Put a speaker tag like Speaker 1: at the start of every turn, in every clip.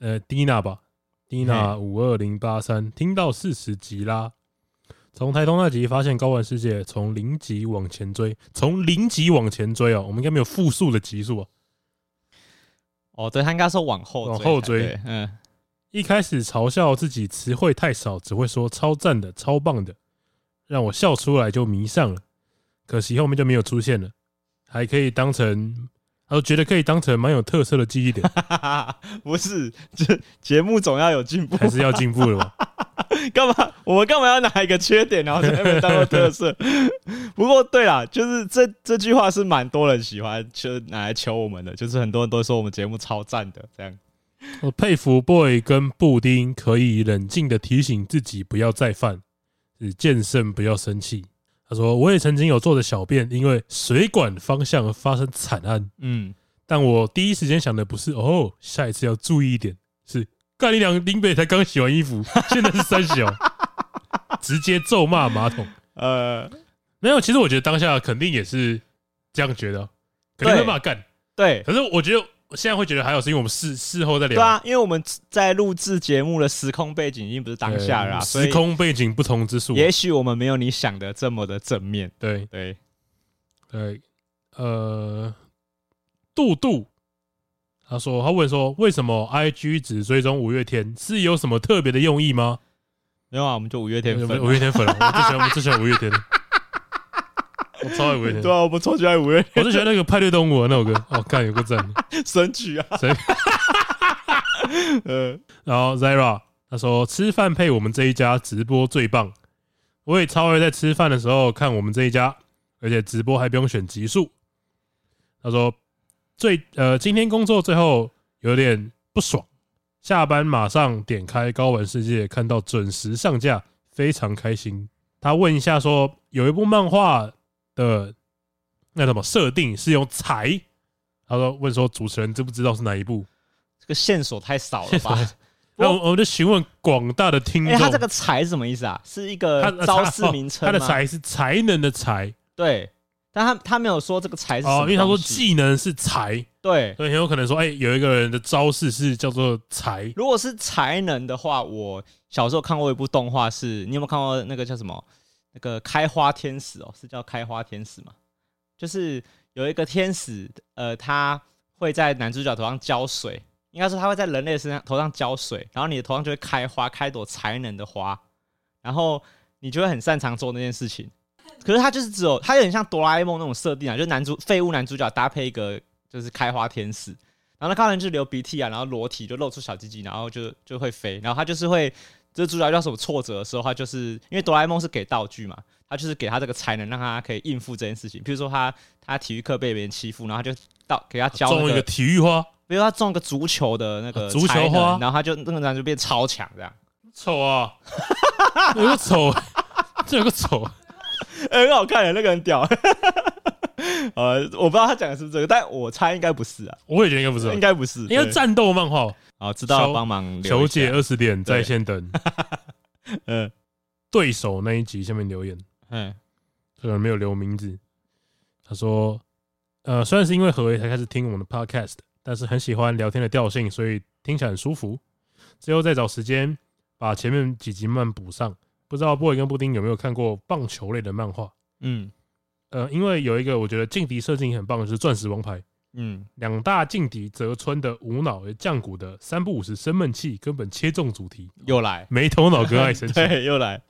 Speaker 1: 呃，Dina 吧，Dina 五二零八三，听到四十集啦。从台东那集发现高玩世界从零级往前追，从零级往前追哦，我们应该没有复数的级数啊。
Speaker 2: 哦，对，他应该说往后
Speaker 1: 往后
Speaker 2: 才
Speaker 1: 追
Speaker 2: 对嗯，
Speaker 1: 一开始嘲笑自己词汇太少，只会说超赞的、超棒的，让我笑出来就迷上了。可惜后面就没有出现了，还可以当成，他说觉得可以当成蛮有特色的记忆点，
Speaker 2: 不是，这节目总要有进步，
Speaker 1: 还是要进步的吧。
Speaker 2: 干嘛？我们干嘛要拿一个缺点，然后在那边当做特色？ 不过对啦，就是这这句话是蛮多人喜欢，就是拿来求我们的，就是很多人都说我们节目超赞的，这样。
Speaker 1: 我佩服 boy 跟布丁可以冷静的提醒自己不要再犯，是见胜不要生气。他说我也曾经有坐着小便，因为水管方向而发生惨案，
Speaker 2: 嗯，
Speaker 1: 但我第一时间想的不是哦，下一次要注意一点，是干你娘林北才刚洗完衣服，现在是三小， 直接咒骂马桶。
Speaker 2: 呃，
Speaker 1: 没有，其实我觉得当下肯定也是这样觉得，哦肯定会骂干。
Speaker 2: 对，
Speaker 1: 可是我觉得我现在会觉得还好，是因为我们事事后再聊。
Speaker 2: 对啊，因为我们在录制节目的时空背景已经不是当下啦，
Speaker 1: 呃
Speaker 2: 所以
Speaker 1: 时空背景不同之处。
Speaker 2: 也许我们没有你想的这么的正面。
Speaker 1: 对
Speaker 2: 对，
Speaker 1: 对，呃，杜杜他说他问说为什么 IG 只追踪五月天是有什么特别的用意吗？
Speaker 2: 没有啊，我们就五月天粉啊、
Speaker 1: 五月天粉啊，我最喜欢我最喜欢五月天了，我超爱五月天
Speaker 2: 对
Speaker 1: 的，
Speaker 2: 啊，我们超喜欢五月
Speaker 1: 我最喜欢那个派对动物啊那首歌，哦，看有个赞的。
Speaker 2: 天神曲啊。
Speaker 1: 神
Speaker 2: 呃，
Speaker 1: 然后 Zara 他说吃饭配我们这一家直播最棒，我也超爱在吃饭的时候看我们这一家，而且直播还不用选集数。他说最呃今天工作最后有点不爽，下班马上点开高玩世界，看到准时上架，非常开心。他问一下说有一部漫画的那什么设定是用财，他说问说主持人知不知道是哪一部？
Speaker 2: 这个线索太少了吧？
Speaker 1: 那我我们就询问广大的听
Speaker 2: 哎、
Speaker 1: 众，
Speaker 2: 他这个才是什么意思啊？是一
Speaker 1: 他
Speaker 2: 个
Speaker 1: 的
Speaker 2: 招
Speaker 1: 才
Speaker 2: 式名称
Speaker 1: 他的
Speaker 2: 吗
Speaker 1: 才哦是才能的才
Speaker 2: 对，但他他没有说这个才是什么
Speaker 1: 哦，因为他说
Speaker 2: 东西
Speaker 1: 技能是才，
Speaker 2: 对，
Speaker 1: 所以很有可能说，哎、有一个人的招式是叫做才，
Speaker 2: 如果是才能的话，我小时候看过一部动画是，你有没有看过那个叫什么？那个开花天使哦，是叫开花天使吗？就是有一个天使，呃，他会在男主角头上浇水，应该说他会在人类身上头上浇水，然后你的头上就会开花，开一朵才能的花，然后你就会很擅长做那件事情。可是他就是只有他有点像哆啦 A 梦那种设定啊，就是男主废物男主角搭配一个就是开花天使，然后他看人就流鼻涕啊，然后裸体就露出小鸡鸡，然后就就会飞，然后他就是会，这主角遇到什么挫折的时候，他就是因为哆啦 A 梦是给道具嘛，他就是给他这个才能，让他可以应付这件事情。比如说他他体育课被别人欺负，然后他就到给他教、那
Speaker 1: 中一个体育花，
Speaker 2: 比如他中个足球的那个
Speaker 1: 啊足球
Speaker 2: 才能
Speaker 1: 花
Speaker 2: 然后他就那个男就变超强这样，
Speaker 1: 丑啊， 有个丑，这有个丑，
Speaker 2: 欸很好看的那个很屌。呃，我不知道他讲的是不是这个，但我猜应该不是啊，
Speaker 1: 我也觉得应该不是吧
Speaker 2: 应，该不是。
Speaker 1: 应该
Speaker 2: 对
Speaker 1: 战斗漫画，
Speaker 2: 好，知道
Speaker 1: 求
Speaker 2: 帮忙留
Speaker 1: 求
Speaker 2: 一下
Speaker 1: 解。二十点
Speaker 2: 对
Speaker 1: 在线 等
Speaker 2: 嗯
Speaker 1: 对手那一集下面留言，
Speaker 2: 嗯，
Speaker 1: 这个人没有留名字。他说：“呃，虽然是因为何为才开始听我们的 podcast，但是很喜欢聊天的调性，所以听起来很舒服。之后再找时间把前面几集慢慢补上。不知道 boy 跟布丁有没有看过棒球类的漫画？
Speaker 2: 嗯
Speaker 1: 呃，因为有一个我觉得劲敌设定很棒，的就是《钻石王牌》。
Speaker 2: 嗯，
Speaker 1: 两大劲敌泽村的无脑，而降谷的三不五十生闷气，根本切中主题，
Speaker 2: 又来，
Speaker 1: 没头脑跟爱生气。
Speaker 2: 对，又来。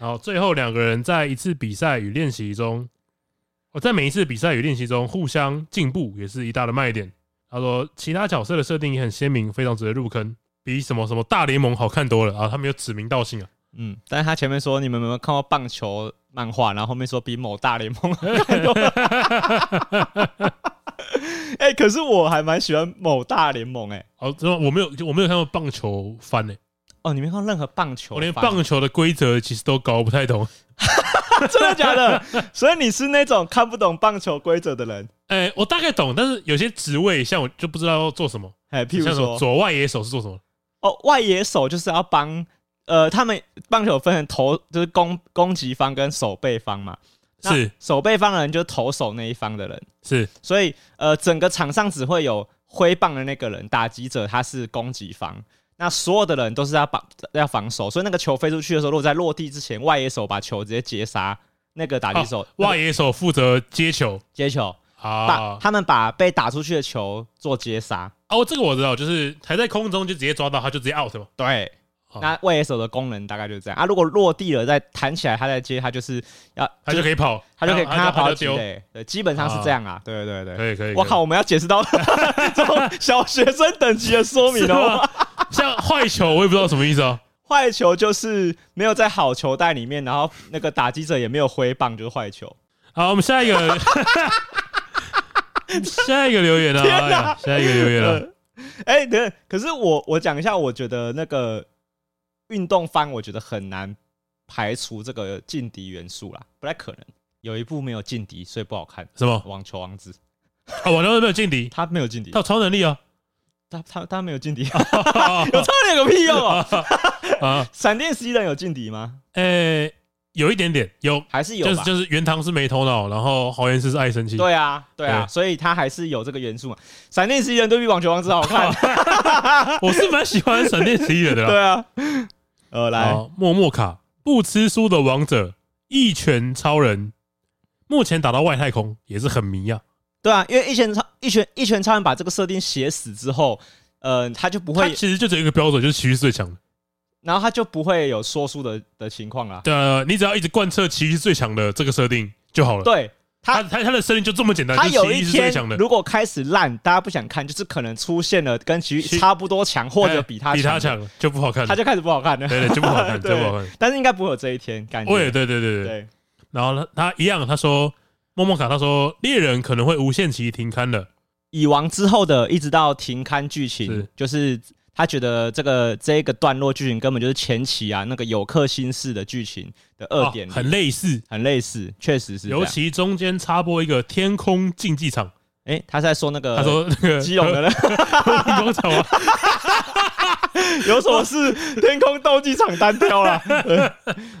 Speaker 1: 然后最后两个人在一次比赛与练习中，我在每一次比赛与练习中互相进步，也是一大的卖点。他说，其他角色的设定也很鲜明，非常值得入坑，比什么什么大联盟好看多了啊！他们有指名道姓啊，
Speaker 2: 嗯，但是他前面说你们有没有看过棒球漫画，然后后面说比某大联盟 哎、可是我还蛮喜欢某大联盟哎、
Speaker 1: 哦，这我没有我没有看过棒球番诶、
Speaker 2: 哦，你没看过任何棒球
Speaker 1: 我
Speaker 2: 番？
Speaker 1: 连棒球的规则其实都搞不太懂。
Speaker 2: 真的假的？所以你是那种看不懂棒球规则的人？
Speaker 1: 哎、我大概懂，但是有些职位像我就不知道要做什么，
Speaker 2: 哎，譬
Speaker 1: 像
Speaker 2: 如
Speaker 1: 什么
Speaker 2: 说，
Speaker 1: 左外野手是做什么？
Speaker 2: 哦，外野手就是要帮呃，他们棒球分成投就是攻攻击方跟守备方嘛。那
Speaker 1: 是
Speaker 2: 守备方的人就是投手那一方的人，
Speaker 1: 是
Speaker 2: 所以呃，整个场上只会有挥棒的那个人，打击者他是攻击方，那所有的人都是要防要防守，所以那个球飞出去的时候，如果在落地之前，外野手把球直接接杀，那个打击手、
Speaker 1: 外
Speaker 2: 野
Speaker 1: 野手负责接球
Speaker 2: 接球，把
Speaker 1: 啊。
Speaker 2: 他们把被打出去的球做接杀。
Speaker 1: 哦，这个我知道，就是还在空中就直接抓到他，就直接 out 嘛。
Speaker 2: 对
Speaker 1: 好，
Speaker 2: 那外野手的功能大概就是这样啊。如果落地了再弹起来，他再接，他就是要
Speaker 1: 他就可
Speaker 2: 以，
Speaker 1: 以跑，
Speaker 2: 他就可以
Speaker 1: 他
Speaker 2: 看他跑到
Speaker 1: 就
Speaker 2: 几
Speaker 1: 丢，
Speaker 2: 垒，对，基本上是这样啊。对对对
Speaker 1: 可
Speaker 2: 对，
Speaker 1: 以可以。
Speaker 2: 我靠，我们要解释到 这种小学生等级的说
Speaker 1: 可以，
Speaker 2: 明
Speaker 1: 是啊
Speaker 2: 哦。
Speaker 1: 吗像坏球，我也不知道什么意思啊。
Speaker 2: 坏球就是没有在好球袋里面，然后那个打击者也没有挥棒，就是坏球。
Speaker 1: 好，我们下一 个，下一个留言啊，
Speaker 2: 天哪
Speaker 1: 哎呀下一个留言啊，
Speaker 2: 呃 哎、等等，可是我我讲一下，我觉得那个运动番，我觉得很难排除这个劲敌元素啦，不太可能。有一部没有劲敌，所以不好看。
Speaker 1: 什么？
Speaker 2: 网球王子，
Speaker 1: 啊，网球有没有劲敌？
Speaker 2: 他没有劲敌
Speaker 1: 哦他，有超能力啊！
Speaker 2: 他他他没有劲敌，
Speaker 1: 啊
Speaker 2: 有超人有个屁用哦！
Speaker 1: 啊，
Speaker 2: 闪电十一人有劲敌吗？
Speaker 1: 呃，有一点点，有，
Speaker 2: 还是有
Speaker 1: 就是
Speaker 2: 吧？
Speaker 1: 就是原堂是没头脑，然后豪言师是爱生气。
Speaker 2: 对啊，对啊，
Speaker 1: 对
Speaker 2: 所以他还是有这个元素嘛。闪电十一人对比网球王子好
Speaker 1: 哦
Speaker 2: 看，
Speaker 1: 我是蛮喜欢闪电十一人的啦。
Speaker 2: 对啊。呃，来，
Speaker 1: 啊，默默卡不吃书的王者，一拳超人，目前打到外太空也是很迷啊。
Speaker 2: 对啊，因为一拳超一拳一拳超人把这个设定写死之后，呃，他就不
Speaker 1: 他
Speaker 2: 会
Speaker 1: 其实就只有一个标准，就是骑士最强的。
Speaker 2: 然后他就不会有说书的的情况啦。
Speaker 1: 对啊，你只要一直贯彻骑士最强的这个设定就好了。
Speaker 2: 对
Speaker 1: 他
Speaker 2: 他
Speaker 1: 他他的设定就这么简单，
Speaker 2: 他
Speaker 1: 啊就
Speaker 2: 有
Speaker 1: 是骑
Speaker 2: 一
Speaker 1: 士最
Speaker 2: 天
Speaker 1: 强的，
Speaker 2: 如果开始烂，大家不想看，就是可能出现了跟奇
Speaker 1: 奇
Speaker 2: 遇差不多强或者
Speaker 1: 哎
Speaker 2: 比他
Speaker 1: 比他
Speaker 2: 强，
Speaker 1: 强就不好看
Speaker 2: 他
Speaker 1: 了。
Speaker 2: 就开始不好看了。
Speaker 1: 对对，就不好看，就
Speaker 2: 对
Speaker 1: 不好看。
Speaker 2: 但是应该不会有这一天，感觉
Speaker 1: 我也对对对对。
Speaker 2: 对
Speaker 1: 然后他他一样，他说莫莫卡，他说猎人可能会无限期停刊的。
Speaker 2: 蚁王之后的一直到停刊剧
Speaker 1: 是
Speaker 2: 情，就是他觉得这个这一个段落剧情根本就是前期啊那个有客心事的剧情的二点
Speaker 1: 哦
Speaker 2: 零，
Speaker 1: 很类似，
Speaker 2: 很类似，确实是这
Speaker 1: 尤
Speaker 2: 样。
Speaker 1: 其中间插播一个天空竞技场。
Speaker 2: 哎、他是在说那个
Speaker 1: 他说那个
Speaker 2: 基隆 的那
Speaker 1: 天空场吗？
Speaker 2: 有什么事？天空斗技场单挑啦。 呃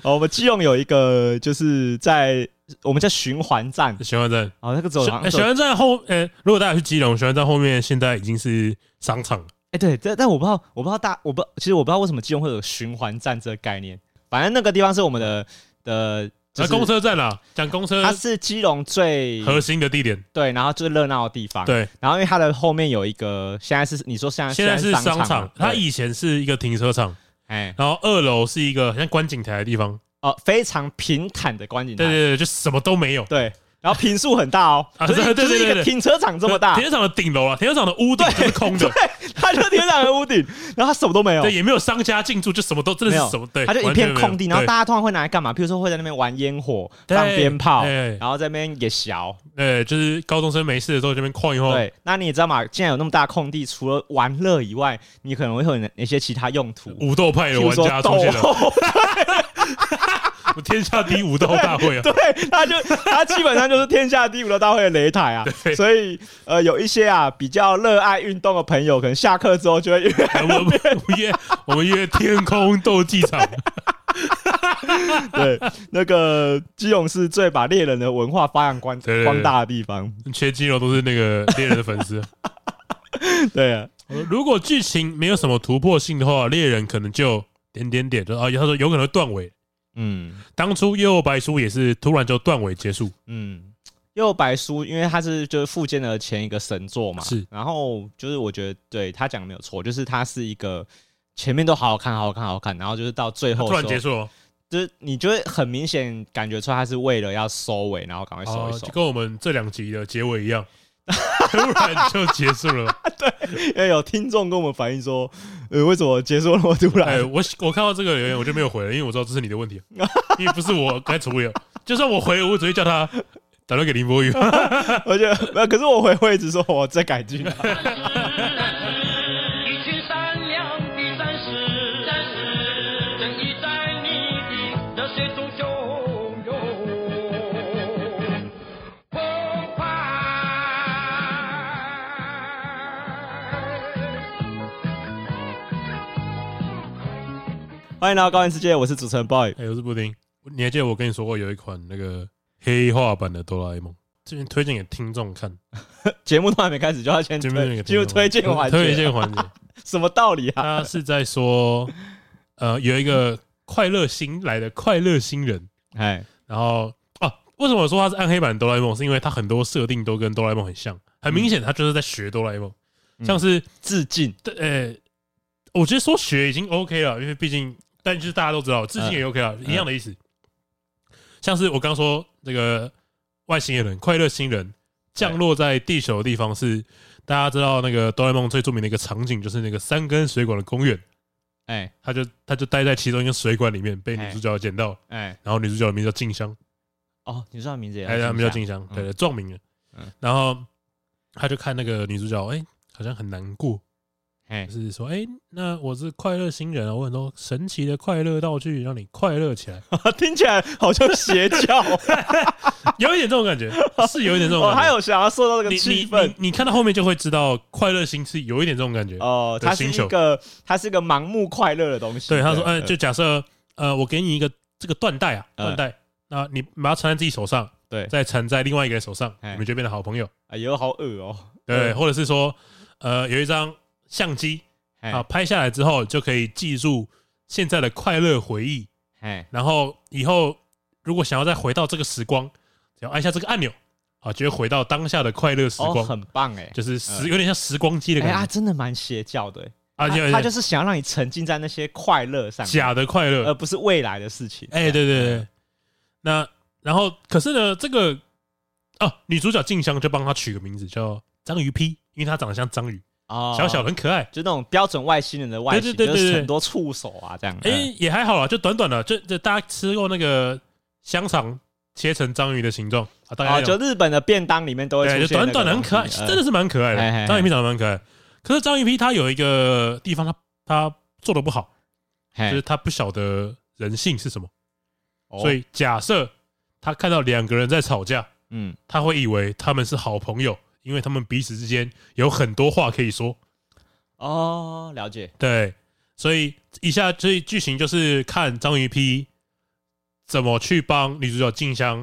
Speaker 2: 哦，我们基隆有一个，就是在我们叫循环站，
Speaker 1: 喜欢站，
Speaker 2: 哦，那个走
Speaker 1: 喜
Speaker 2: 廊
Speaker 1: 哎
Speaker 2: 走
Speaker 1: 喜，欢站后，呃，如果大家去基隆，喜欢站后面现在已经是商场了。
Speaker 2: 哎，对，但但我不知道，我不知道大，我不，其实我不知道为什么基隆会有循环站这个概念。反正那个地方是我们的的，就
Speaker 1: 啊，
Speaker 2: 是
Speaker 1: 公车站啦，讲公车
Speaker 2: 它是基隆最
Speaker 1: 核心的地点，
Speaker 2: 对，然后最热闹的地方。，
Speaker 1: 对，
Speaker 2: 然后因为它的后面有一个，现在是你说现在
Speaker 1: 现在是商
Speaker 2: 商
Speaker 1: 场
Speaker 2: 场，，
Speaker 1: 它
Speaker 2: 对
Speaker 1: 以前是一个停车场，
Speaker 2: 哎
Speaker 1: 然后二楼是一个像观景台的地方，
Speaker 2: 哦非常平坦的观景台，
Speaker 1: 对对对，就什么都没有，
Speaker 2: 对然后平数很大哦，
Speaker 1: 啊
Speaker 2: 就是
Speaker 1: 对对
Speaker 2: 就是
Speaker 1: 对
Speaker 2: 一
Speaker 1: 对
Speaker 2: 个停车场这么大，
Speaker 1: 停车场的顶楼啊，停车场的屋顶就是空的，
Speaker 2: 他就停在屋顶，然后他什么都没有，
Speaker 1: 对，也没有商家进驻，就什么都真的
Speaker 2: 没
Speaker 1: 是
Speaker 2: 有
Speaker 1: 什么，对，
Speaker 2: 他就一
Speaker 1: 完全
Speaker 2: 片
Speaker 1: 没有
Speaker 2: 空地，然后
Speaker 1: 对
Speaker 2: 大家通常会拿来干嘛？譬如说会在那边玩烟火、
Speaker 1: 对
Speaker 2: 放鞭炮，
Speaker 1: 对
Speaker 2: 然后在那边也小。
Speaker 1: 呃，就是高中生没事的时候这边晃一晃，
Speaker 2: 对，那你也知道嘛？既然有那么大空地，除了玩乐以外，你可能会有哪些其他用途？
Speaker 1: 武斗派
Speaker 2: 譬
Speaker 1: 的
Speaker 2: 如
Speaker 1: 嗯玩
Speaker 2: 说
Speaker 1: 家出
Speaker 2: 斗
Speaker 1: 现了，
Speaker 2: 殴，
Speaker 1: 天下第一武斗大会啊，
Speaker 2: 对，他就他基本上就是天下第五的大会的擂台啊。所以呃，有一些啊比较热爱运动的朋友，可能下课之后就会
Speaker 1: 我们我们约我们约天空斗技场，
Speaker 2: 对那个基隆是最把猎人的文化发扬光
Speaker 1: 对对对
Speaker 2: 光大的地方。
Speaker 1: 全基隆都是那个猎人的粉丝。
Speaker 2: 对啊，
Speaker 1: 我说如果剧情没有什么突破性的话，猎人可能就点点点，就啊，他说有可能会断尾。
Speaker 2: 嗯
Speaker 1: 当初幽白书也是突然就断尾结束，
Speaker 2: 嗯，右白书，因为它是就是附件的前一个神作嘛，
Speaker 1: 是。
Speaker 2: 然后就是我觉得对他讲的没有错，就是它是一个前面都好好看，好好看，好好看，然后就是到最后
Speaker 1: 突
Speaker 2: 的时候
Speaker 1: 然结，束了，
Speaker 2: 就是你就会很明显感觉出来他是为了要收尾，然后赶快收
Speaker 1: 哦
Speaker 2: 一收
Speaker 1: 就，跟我们这两集的结尾一样，突然就结束了。
Speaker 2: 因为有听众跟我们反映说，呃，为什么结束那么突
Speaker 1: 哎，
Speaker 2: 然？
Speaker 1: 我我看到这个留言我就没有回了，因为我知道这是你的问题，啊因为不是我该处理的。就算我回，我只会叫他打电话给林博宇。
Speaker 2: 而且没有，可 是我回会一直说我在改进，啊
Speaker 3: 一群善良的战士，战士正义在你的热血中汹涌澎湃。
Speaker 2: 欢迎来到高玩世界，我是主持人 boy。
Speaker 1: 哎，我是布丁，你还记得我跟你说过有一款那个黑化版的哆啦 A 梦？这边推荐给听众看，
Speaker 2: 节目都还没开始就要先
Speaker 1: 这边
Speaker 2: 推进入推荐环节，
Speaker 1: 推荐环节，
Speaker 2: 什么道理啊？
Speaker 1: 他是在说，呃，有一个快乐新来的快乐新人，
Speaker 2: 哎，
Speaker 1: 然后啊，为什么我说他是暗黑版哆啦 A 梦？是因为他很多设定都跟哆啦 A 梦很像，很明显他就是在学哆啦 A 梦，
Speaker 2: 嗯
Speaker 1: 像是
Speaker 2: 致敬，
Speaker 1: 对呃，我觉得说学已经 OK 了，因为毕竟，但就是大家都知道，至今也 OK 了，一样的意思。像是我刚说那个外星人、快乐星人降落在地球的地方是，大家知道那个哆啦 A 梦最著名的一个场景就是那个三根水管的公园，
Speaker 2: 哎
Speaker 1: 他就他就待在其中一个水管里面，被女主角捡到，
Speaker 2: 哎，
Speaker 1: 然后女主角的名字叫静香，
Speaker 2: 哦，你知道名字也
Speaker 1: 哎，他
Speaker 2: 要
Speaker 1: 们
Speaker 2: 记一
Speaker 1: 叫
Speaker 2: 下
Speaker 1: 静香，
Speaker 2: 嗯
Speaker 1: 对对，撞名了
Speaker 2: 嗯。
Speaker 1: 然后他就看那个女主角，哎，好像很难过，
Speaker 2: 哎
Speaker 1: 就，是说，哎、那我是快乐新人啊，我很多神奇的快乐道具让你快乐起来，
Speaker 2: 听起来好像邪教哦，
Speaker 1: 有一点这种感 觉，是有一点这种
Speaker 2: 哦
Speaker 1: 感觉。
Speaker 2: 还有想要塑造这个
Speaker 1: 你
Speaker 2: 气
Speaker 1: 你
Speaker 2: 氛
Speaker 1: 你你看到后面就会知道，快乐星是有一点这种感觉。
Speaker 2: 哦，
Speaker 1: 的
Speaker 2: 它是
Speaker 1: 星球
Speaker 2: 一个它是一个盲目快乐的东西。
Speaker 1: 对，他说，哎、
Speaker 2: 嗯
Speaker 1: 就假设，呃，我给你一个这个缎带啊，缎
Speaker 2: 嗯
Speaker 1: 带，那你把它缠在自己手上，
Speaker 2: 对
Speaker 1: 再缠在另外一个人手上，你
Speaker 2: 哎
Speaker 1: 们就变成好朋友。
Speaker 2: 哎呦好恶哦，
Speaker 1: 对，
Speaker 2: 嗯
Speaker 1: 或者是说，呃，有一张相机
Speaker 2: 哎
Speaker 1: 啊，拍下来之后就可以记住现在的快乐回忆。
Speaker 2: 哎
Speaker 1: 然后以后如果想要再回到这个时光，只要按下这个按钮啊，就会回到当下的快乐时
Speaker 2: 哦
Speaker 1: 光，
Speaker 2: 很棒哎，
Speaker 1: 就是时
Speaker 2: 嗯
Speaker 1: 有点像时光机的
Speaker 2: 哎
Speaker 1: 感
Speaker 2: 啊
Speaker 1: 觉
Speaker 2: 真的蛮邪教的欸，
Speaker 1: 啊，有
Speaker 2: 他就
Speaker 1: 点
Speaker 2: 是想要让你沉浸在那些快乐上面，
Speaker 1: 假的快
Speaker 2: 而
Speaker 1: 乐。
Speaker 2: 不是未来的事情。
Speaker 1: 哎，对对
Speaker 2: 嗯
Speaker 1: 对，那然后可是呢，这个哦，女主角静香就帮她取个名字叫章鱼 P，因为她长得像章鱼，
Speaker 2: 哦
Speaker 1: 小小的很可爱。
Speaker 2: 就那种标准外星人的外
Speaker 1: 对
Speaker 2: 形，
Speaker 1: 对对对
Speaker 2: 就是
Speaker 1: 对
Speaker 2: 很多触手啊这样。
Speaker 1: 哎，也还好啦，就短短的，就就大家吃过那个香肠切成章鱼的形状啊，大概
Speaker 2: 嗯，哦，
Speaker 1: 那种
Speaker 2: 就日本的便当里面都会出
Speaker 1: 对，
Speaker 2: 现
Speaker 1: 就短短的
Speaker 2: 那
Speaker 1: 很
Speaker 2: 个
Speaker 1: 可爱，
Speaker 2: 东西嗯
Speaker 1: 真的是蛮可爱
Speaker 2: 哎哎
Speaker 1: 的。
Speaker 2: 哎
Speaker 1: 章鱼皮长得蛮可爱，可是章鱼皮它有一个地方它，它做的不好，
Speaker 2: 嗯
Speaker 1: 就是
Speaker 2: 嘿
Speaker 1: 它不晓得人性是什么，
Speaker 2: 哦
Speaker 1: 所以假设他看到两个人在吵架，
Speaker 2: 嗯，
Speaker 1: 他会以为他们是好朋友，因为他们彼此之间有很多话可以说。
Speaker 2: 哦，了解，
Speaker 1: 对，所以以下这剧情就是看章鱼皮怎么去帮女主角静香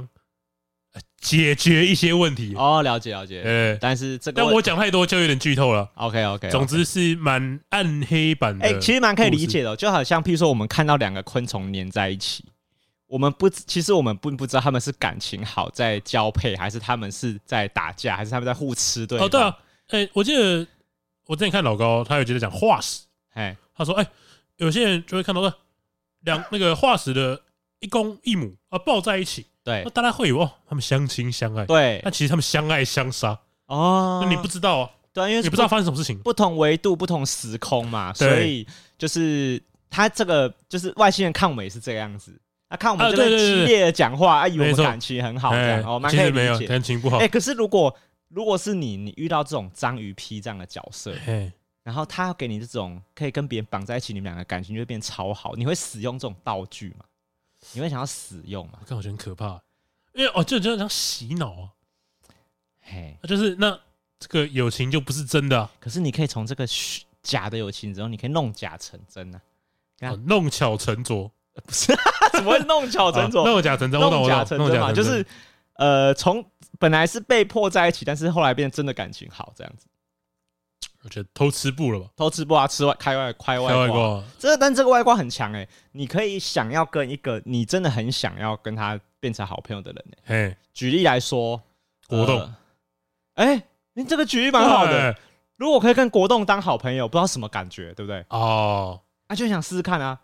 Speaker 1: 呃解决一些问题。
Speaker 2: 哦，了解了解。
Speaker 1: 对，
Speaker 2: 但是这个
Speaker 1: 但我讲太多就有点剧透了。
Speaker 2: OK OK，
Speaker 1: 总之是蛮暗黑版的。
Speaker 2: 哎、其实蛮可以理
Speaker 1: 故
Speaker 2: 解
Speaker 1: 事。
Speaker 2: 的哦，就好像譬如说我们看到两个昆虫粘在一起，我们不知其实我们并不知道他们是感情好在交配，还是他们是在打架，还是他们在互吃对方。
Speaker 1: 哦，对啊，哎、我记得我之前看老高，他有觉得讲化石，
Speaker 2: 哎，
Speaker 1: 他说，哎、有些人就会看到呃两那个化石的一公一母啊抱在一起，
Speaker 2: 对
Speaker 1: 那大家会以为哦，他们相亲相爱，
Speaker 2: 哎对
Speaker 1: 但其实他们相爱相杀，
Speaker 2: 哦，
Speaker 1: 那你不知道啊，
Speaker 2: 对啊，因为
Speaker 1: 你不知道发生什么事情。
Speaker 2: 不同维度、不同时空嘛，
Speaker 1: 对
Speaker 2: 所以就是他这个就是外星人看我们也是这个样子，他、看我们
Speaker 1: 啊
Speaker 2: 这边
Speaker 1: 对对对
Speaker 2: 激烈的讲话，啊，以为我
Speaker 1: 没
Speaker 2: 们
Speaker 1: 错
Speaker 2: 感情很好这样，哦，
Speaker 1: 哎
Speaker 2: 蛮
Speaker 1: 其
Speaker 2: 可以
Speaker 1: 实没
Speaker 2: 理
Speaker 1: 有
Speaker 2: 解。
Speaker 1: 感情不好
Speaker 2: 哎、，可是如果如果是你，你遇到这种章鱼批这样的角色，
Speaker 1: 哎，
Speaker 2: 然后他要给你这种可以跟别人绑在一起，你们两个感情就会变超好。你会使用这种道具吗？你会想要使用吗
Speaker 1: 我？看我觉得很可怕，因为哦，就就像洗脑啊，
Speaker 2: 嘿，
Speaker 1: 就是那这个友情就不是真的啊，
Speaker 2: 可是你可以从这个虚假的友情之后，你可以弄假成真啊！ 啊
Speaker 1: 哦弄巧成拙，
Speaker 2: 呃不是，怎么会弄 巧成拙
Speaker 1: 啊？弄假成真，我懂，
Speaker 2: 弄
Speaker 1: 我
Speaker 2: 哦假
Speaker 1: 懂，
Speaker 2: 成
Speaker 1: 弄
Speaker 2: 真
Speaker 1: 假
Speaker 2: 嘛，
Speaker 1: 成
Speaker 2: 就
Speaker 1: 真
Speaker 2: 是呃，从本来是被迫在一起，但是后来变成真的感情好这样子。
Speaker 1: 我觉得偷吃布了吧？
Speaker 2: 偷吃不啊，吃外开外开
Speaker 1: 开
Speaker 2: 外
Speaker 1: 外
Speaker 2: 挂，
Speaker 1: 挂，
Speaker 2: 这但这个外挂很强哎、你可以想要跟一个你真的很想要跟他变成好朋友的人、欸、
Speaker 1: 嘿，
Speaker 2: 举例来说，
Speaker 1: 国栋
Speaker 2: 呃，哎、你这个举例蛮好的。
Speaker 1: 对
Speaker 2: 如果我可以跟国栋当好朋友，不知道什么感觉，对不对？
Speaker 1: 哦。
Speaker 2: 啊，就想试试看啊，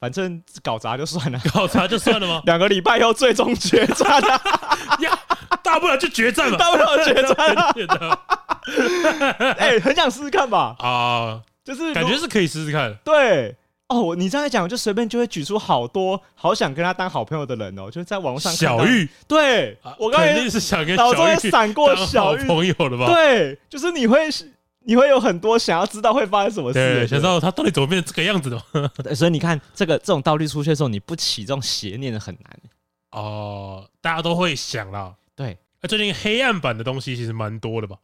Speaker 2: 反正搞砸就算了。 ？
Speaker 1: 搞砸就算了吗
Speaker 2: 两个礼拜后最终决战啊，
Speaker 1: 呀， 大不了 就决战嘛，
Speaker 2: 大不了决战 啊！
Speaker 1: 决战
Speaker 2: 哎、很想试试看吧，
Speaker 1: 啊，
Speaker 2: 就是如
Speaker 1: 感觉是可以试试看。
Speaker 2: 对哦，我你这样一讲，我就随便就会举出好多好想跟他当好朋友的人哦，就是在网络上看到
Speaker 1: 小，玉，
Speaker 2: 对、
Speaker 1: 啊
Speaker 2: 我刚
Speaker 1: 肯
Speaker 2: 才
Speaker 1: 定是想跟
Speaker 2: 脑
Speaker 1: 小
Speaker 2: 中也
Speaker 1: 玉
Speaker 2: 闪过
Speaker 1: 当好
Speaker 2: 小玉，
Speaker 1: 朋友了吧？
Speaker 2: 对，就是你会你会有很多想要知道会发生什么事的
Speaker 1: 对，
Speaker 2: 人，
Speaker 1: 想知道他到底怎么变成这个样子的吗？
Speaker 2: 对呃所以你看这个这种道理出现的时候，你不起这种邪念很难，
Speaker 1: 哦，大家都会想啦。
Speaker 2: 对，
Speaker 1: 那最近黑暗版的东西其实蛮多的吧？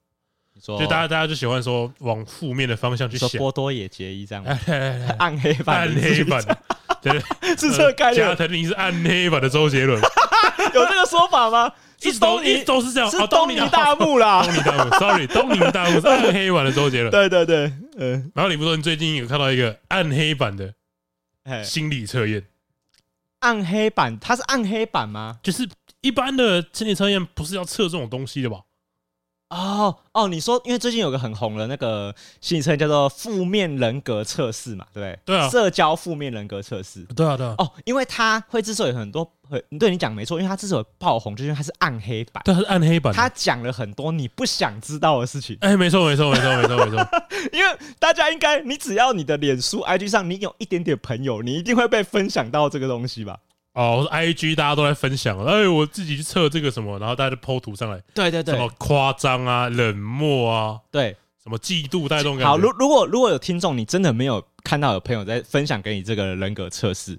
Speaker 2: 你说
Speaker 1: 就大家大家就喜欢说往负面的方向去
Speaker 2: 你说
Speaker 1: 想。
Speaker 2: 波多野结衣这样吗，
Speaker 1: 哎来来来
Speaker 2: 暗黑版
Speaker 1: 暗
Speaker 2: 的
Speaker 1: 黑版，对，
Speaker 2: 是这个概
Speaker 1: 呃加
Speaker 2: 念，
Speaker 1: 藤林是暗黑版的周杰伦，
Speaker 2: 有这个说法吗？
Speaker 1: 一
Speaker 2: 是
Speaker 1: 直都
Speaker 2: 东
Speaker 1: 一直
Speaker 2: 尼，
Speaker 1: 都是这样，
Speaker 2: 是
Speaker 1: 哦
Speaker 2: 东尼大木啦
Speaker 1: 东。尼大木，sorry，东尼 大木是暗黑版的周杰伦。
Speaker 2: 对对对，嗯，
Speaker 1: 然后你不是说你最近有看到一个暗黑版的
Speaker 2: 哎，
Speaker 1: 心理测验？
Speaker 2: 暗黑版，它是暗黑版吗？
Speaker 1: 就是一般的心理测验不是要测这种东西的吧？
Speaker 2: 哦哦，你说，因为最近有个很红的那个心理测验叫做负面人格测试嘛，对不对？
Speaker 1: 对啊
Speaker 2: 社交负面人格测试。
Speaker 1: 对啊，对啊，
Speaker 2: 哦，因为它会之所以很多，很对你讲没错，因为它之所以爆红，就是因为它是暗黑版，
Speaker 1: 对啊，是暗黑版的。
Speaker 2: 它讲了很多你不想知道的事情。
Speaker 1: 哎，没错，没错，没错，没错， 没错。
Speaker 2: 因为大家应该，你只要你的脸书、IG 上你有一点点朋友，你一定会被分享到这个东西吧？
Speaker 1: 哦，我说 IG 大家都在分享，哎，我自己去测这个什么，然后大家就剖图上来，
Speaker 2: 对对
Speaker 1: 什么夸张啊、冷漠啊、
Speaker 2: 对。
Speaker 1: 什么嫉妒带动感觉。
Speaker 2: 好，如如果如果有听众你真的没有看到有朋友在分享给你这个人格测试，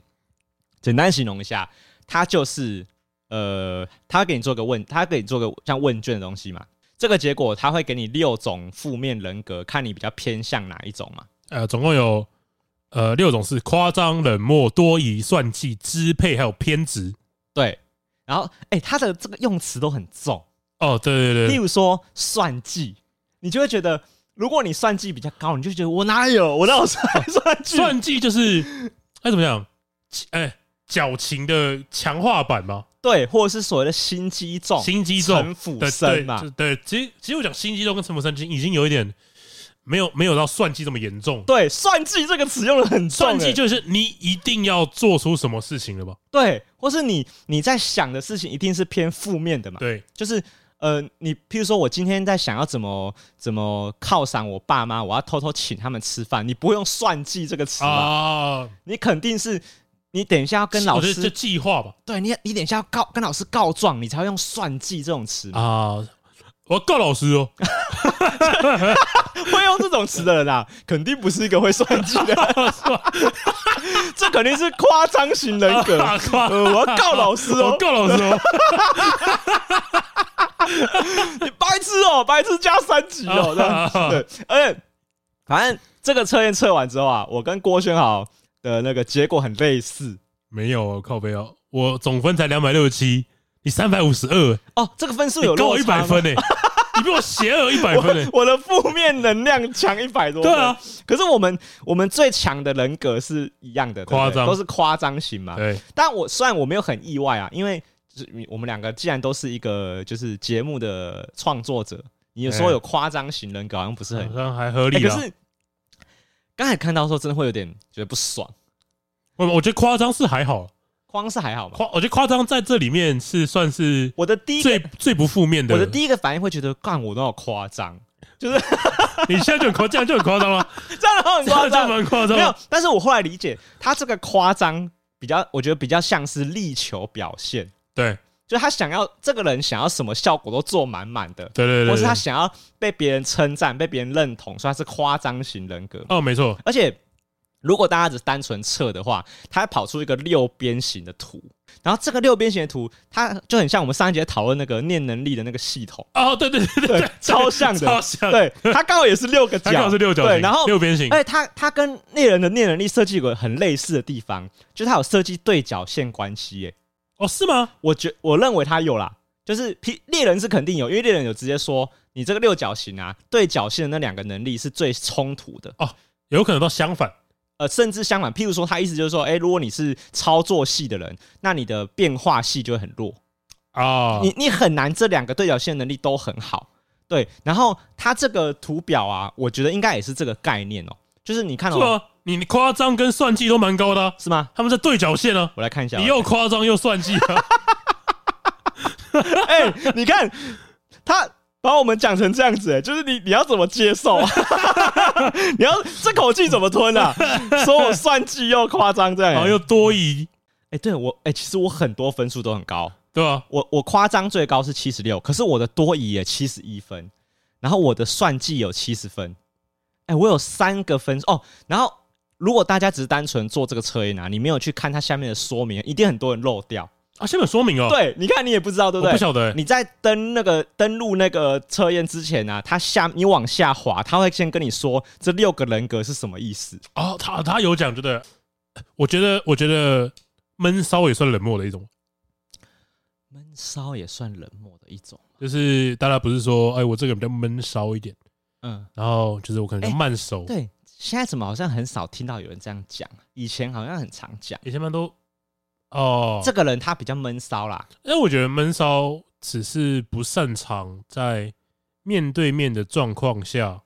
Speaker 2: 简单形容一下，它就是呃，他给你做个问，他给你做个像问卷的东西嘛。这个结果他会给你六种负面人格，看你比较偏向哪一种嘛。
Speaker 1: 呃，总共有呃六种是夸张、冷漠、多疑、算计、支配，还有偏执。
Speaker 2: 对，然后哎、他的这个用词都很重，
Speaker 1: 哦，对对
Speaker 2: 例
Speaker 1: 对，
Speaker 2: 如说算计，你就会觉得，如果你算计比较高，你就觉得我哪有我哪有 算算计？
Speaker 1: 算计 就是哎怎么讲？哎，矫情的强化版吗？
Speaker 2: 对，或者是所谓的心机重、
Speaker 1: 心机重
Speaker 2: 哦城府
Speaker 1: 对
Speaker 2: 深
Speaker 1: 对
Speaker 2: 嘛
Speaker 1: 就。对，其实其实我讲心机重跟城府深，其实已经有一点没有没有到算计这么严重。
Speaker 2: 对，算计这个词用的很重、
Speaker 1: 算计
Speaker 2: 欸
Speaker 1: 就是你一定要做出什么事情了吧？
Speaker 2: 对，或是你你在想的事情一定是偏负面的嘛？
Speaker 1: 对，
Speaker 2: 就是呃，你譬如说我今天在想要怎么怎么犒赏我爸妈，我要偷偷请他们吃饭，你不会用算计这个词吧？
Speaker 1: 啊，
Speaker 2: 你肯定是你等一下要跟老
Speaker 1: 我觉得哦这
Speaker 2: 师，
Speaker 1: 计划吧
Speaker 2: 对你你等一下要告跟老师告状，你才会用算计这种词嘛，
Speaker 1: 啊，我告老师哦，
Speaker 2: 会用这种词的人啊，肯定不是一个会算计 的人，这肯定是夸张型人格。
Speaker 1: 啊靠
Speaker 2: 呃，我要告老师哦
Speaker 1: 我，告老师哦，
Speaker 2: 你白痴哦、白痴加三级 哦、这样对，而且反正这个测验测完之后啊，我跟郭轩豪的那个结果很类似
Speaker 1: 没有哦靠背哦，我总分才两百六十七，你三百五十二，
Speaker 2: 哦，这个分数
Speaker 1: 你
Speaker 2: 有
Speaker 1: 高
Speaker 2: 落
Speaker 1: 我一百
Speaker 2: 差吗
Speaker 1: 分。呢，欸你比我邪恶一百分欸呢。
Speaker 2: 我的负面能量强一百多，
Speaker 1: 对啊。
Speaker 2: 可是我们我们最强的人格是一样的，对不
Speaker 1: 夸
Speaker 2: 对
Speaker 1: 张
Speaker 2: 都是夸张型嘛。
Speaker 1: 对，
Speaker 2: 但我虽然我没有很意外啊，因为就是我们两个既然都是一个就是节目的创作者，你有时候
Speaker 1: 哎
Speaker 2: 有夸张型人格好像不是很
Speaker 1: 好像还合
Speaker 2: 欸
Speaker 1: 理
Speaker 2: 可
Speaker 1: 啊。
Speaker 2: 是刚才看到的时候，真的会有点觉得不爽。
Speaker 1: 我我觉得夸张是还好，
Speaker 2: 框是还好嘛？
Speaker 1: 夸我觉得夸张在这里面是算是
Speaker 2: 我的第一
Speaker 1: 最
Speaker 2: 个，
Speaker 1: 最不负面的。
Speaker 2: 我的第一个反应会觉得，干我都好夸 张，
Speaker 1: 你现在就很夸，这样就很夸张了，
Speaker 2: 这样很
Speaker 1: 这样
Speaker 2: 夸
Speaker 1: 就
Speaker 2: 张。
Speaker 1: 蛮夸张
Speaker 2: 没有
Speaker 1: 了。，
Speaker 2: 但是我后来理解，他这个夸张比较，我觉得比较像是力求表现，
Speaker 1: 对
Speaker 2: 就他想要这个人想要什么效果都做满满的，
Speaker 1: 对对对，
Speaker 2: 或是
Speaker 1: 对
Speaker 2: 他想要被别人称赞、被别人认同，所以他是夸张型人格。
Speaker 1: 哦，没错，
Speaker 2: 而且如果大家只单纯测的话，它会跑出一个六边形的图，然后这个六边形的图，它就很像我们上一节讨论那个念能力的那个系统，
Speaker 1: 哦，对对对对
Speaker 2: 对，超像的
Speaker 1: 超像，，
Speaker 2: 对，它刚好也是六个
Speaker 1: 它
Speaker 2: 角，
Speaker 1: 刚好是六角
Speaker 2: 对，
Speaker 1: 形，
Speaker 2: 然后。哎
Speaker 1: 六边形，
Speaker 2: 而且它它跟猎人的念能力设计有个很类似的地方，就是它有设计对角线关系。耶，
Speaker 1: 哦，是吗？
Speaker 2: 我觉我认为它有啦，就是皮猎人是肯定有，因为猎人有直接说你这个六角形啊，对角线的那两个能力是最冲突的。
Speaker 1: 有可能到相反，
Speaker 2: 呃，甚至相反，譬如说，他意思就是说，哎、如果你是操作系的人，那你的变化系就会很弱，
Speaker 1: 啊，
Speaker 2: 你你很难这两个对角线能力都很好。对，然后他这个图表啊，我觉得应该也是这个概念哦，就是你看
Speaker 1: 是
Speaker 2: 哦，
Speaker 1: 吗？你夸张跟算计都蛮高的啊、
Speaker 2: 是吗？
Speaker 1: 他们在对角线啊，
Speaker 2: 我来看一下哦，
Speaker 1: 你又夸张又算计啊，
Speaker 2: 哎、你看他把我们讲成这样子、哎，就是你你要怎么接受啊？ 你要这口气怎么吞啊？说我算计又夸张这样、
Speaker 1: 然后
Speaker 2: 哎、
Speaker 1: 哦又多疑，
Speaker 2: 哎对我，哎、其实我很多分数都很高，
Speaker 1: 对吧、
Speaker 2: 我我夸张最高是七十六，可是我的多疑也七十一分，然后我的算计有七十分，哎、我有三个分哦。然后如果大家只是单纯做这个测验啊，你没有去看它下面的说明，一定很多人漏掉。
Speaker 1: 啊，下面有说明哦，
Speaker 2: 对，你看你也不知道，对不
Speaker 1: 我不
Speaker 2: 对？
Speaker 1: 晓得、欸，
Speaker 2: 你在登那个登录那个测验之前啊，它下你往下滑，它会先跟你说这六个人格是什么意思。
Speaker 1: 哦，他他有讲，觉得，我觉得，我觉得闷骚也算冷漠的一种，
Speaker 2: 闷骚也算冷漠的一种。
Speaker 1: 就是大家不是说，哎，我这个比较闷骚一点，
Speaker 2: 嗯，
Speaker 1: 然后就是我可能比较
Speaker 2: 哎
Speaker 1: 慢熟，
Speaker 2: 对，现在怎么好像很少听到有人这样讲？以前好像很常讲，
Speaker 1: 以前们都哦，
Speaker 2: 这个人他比较闷骚啦。
Speaker 1: 因为我觉得闷骚只是不擅长在面对面的状况下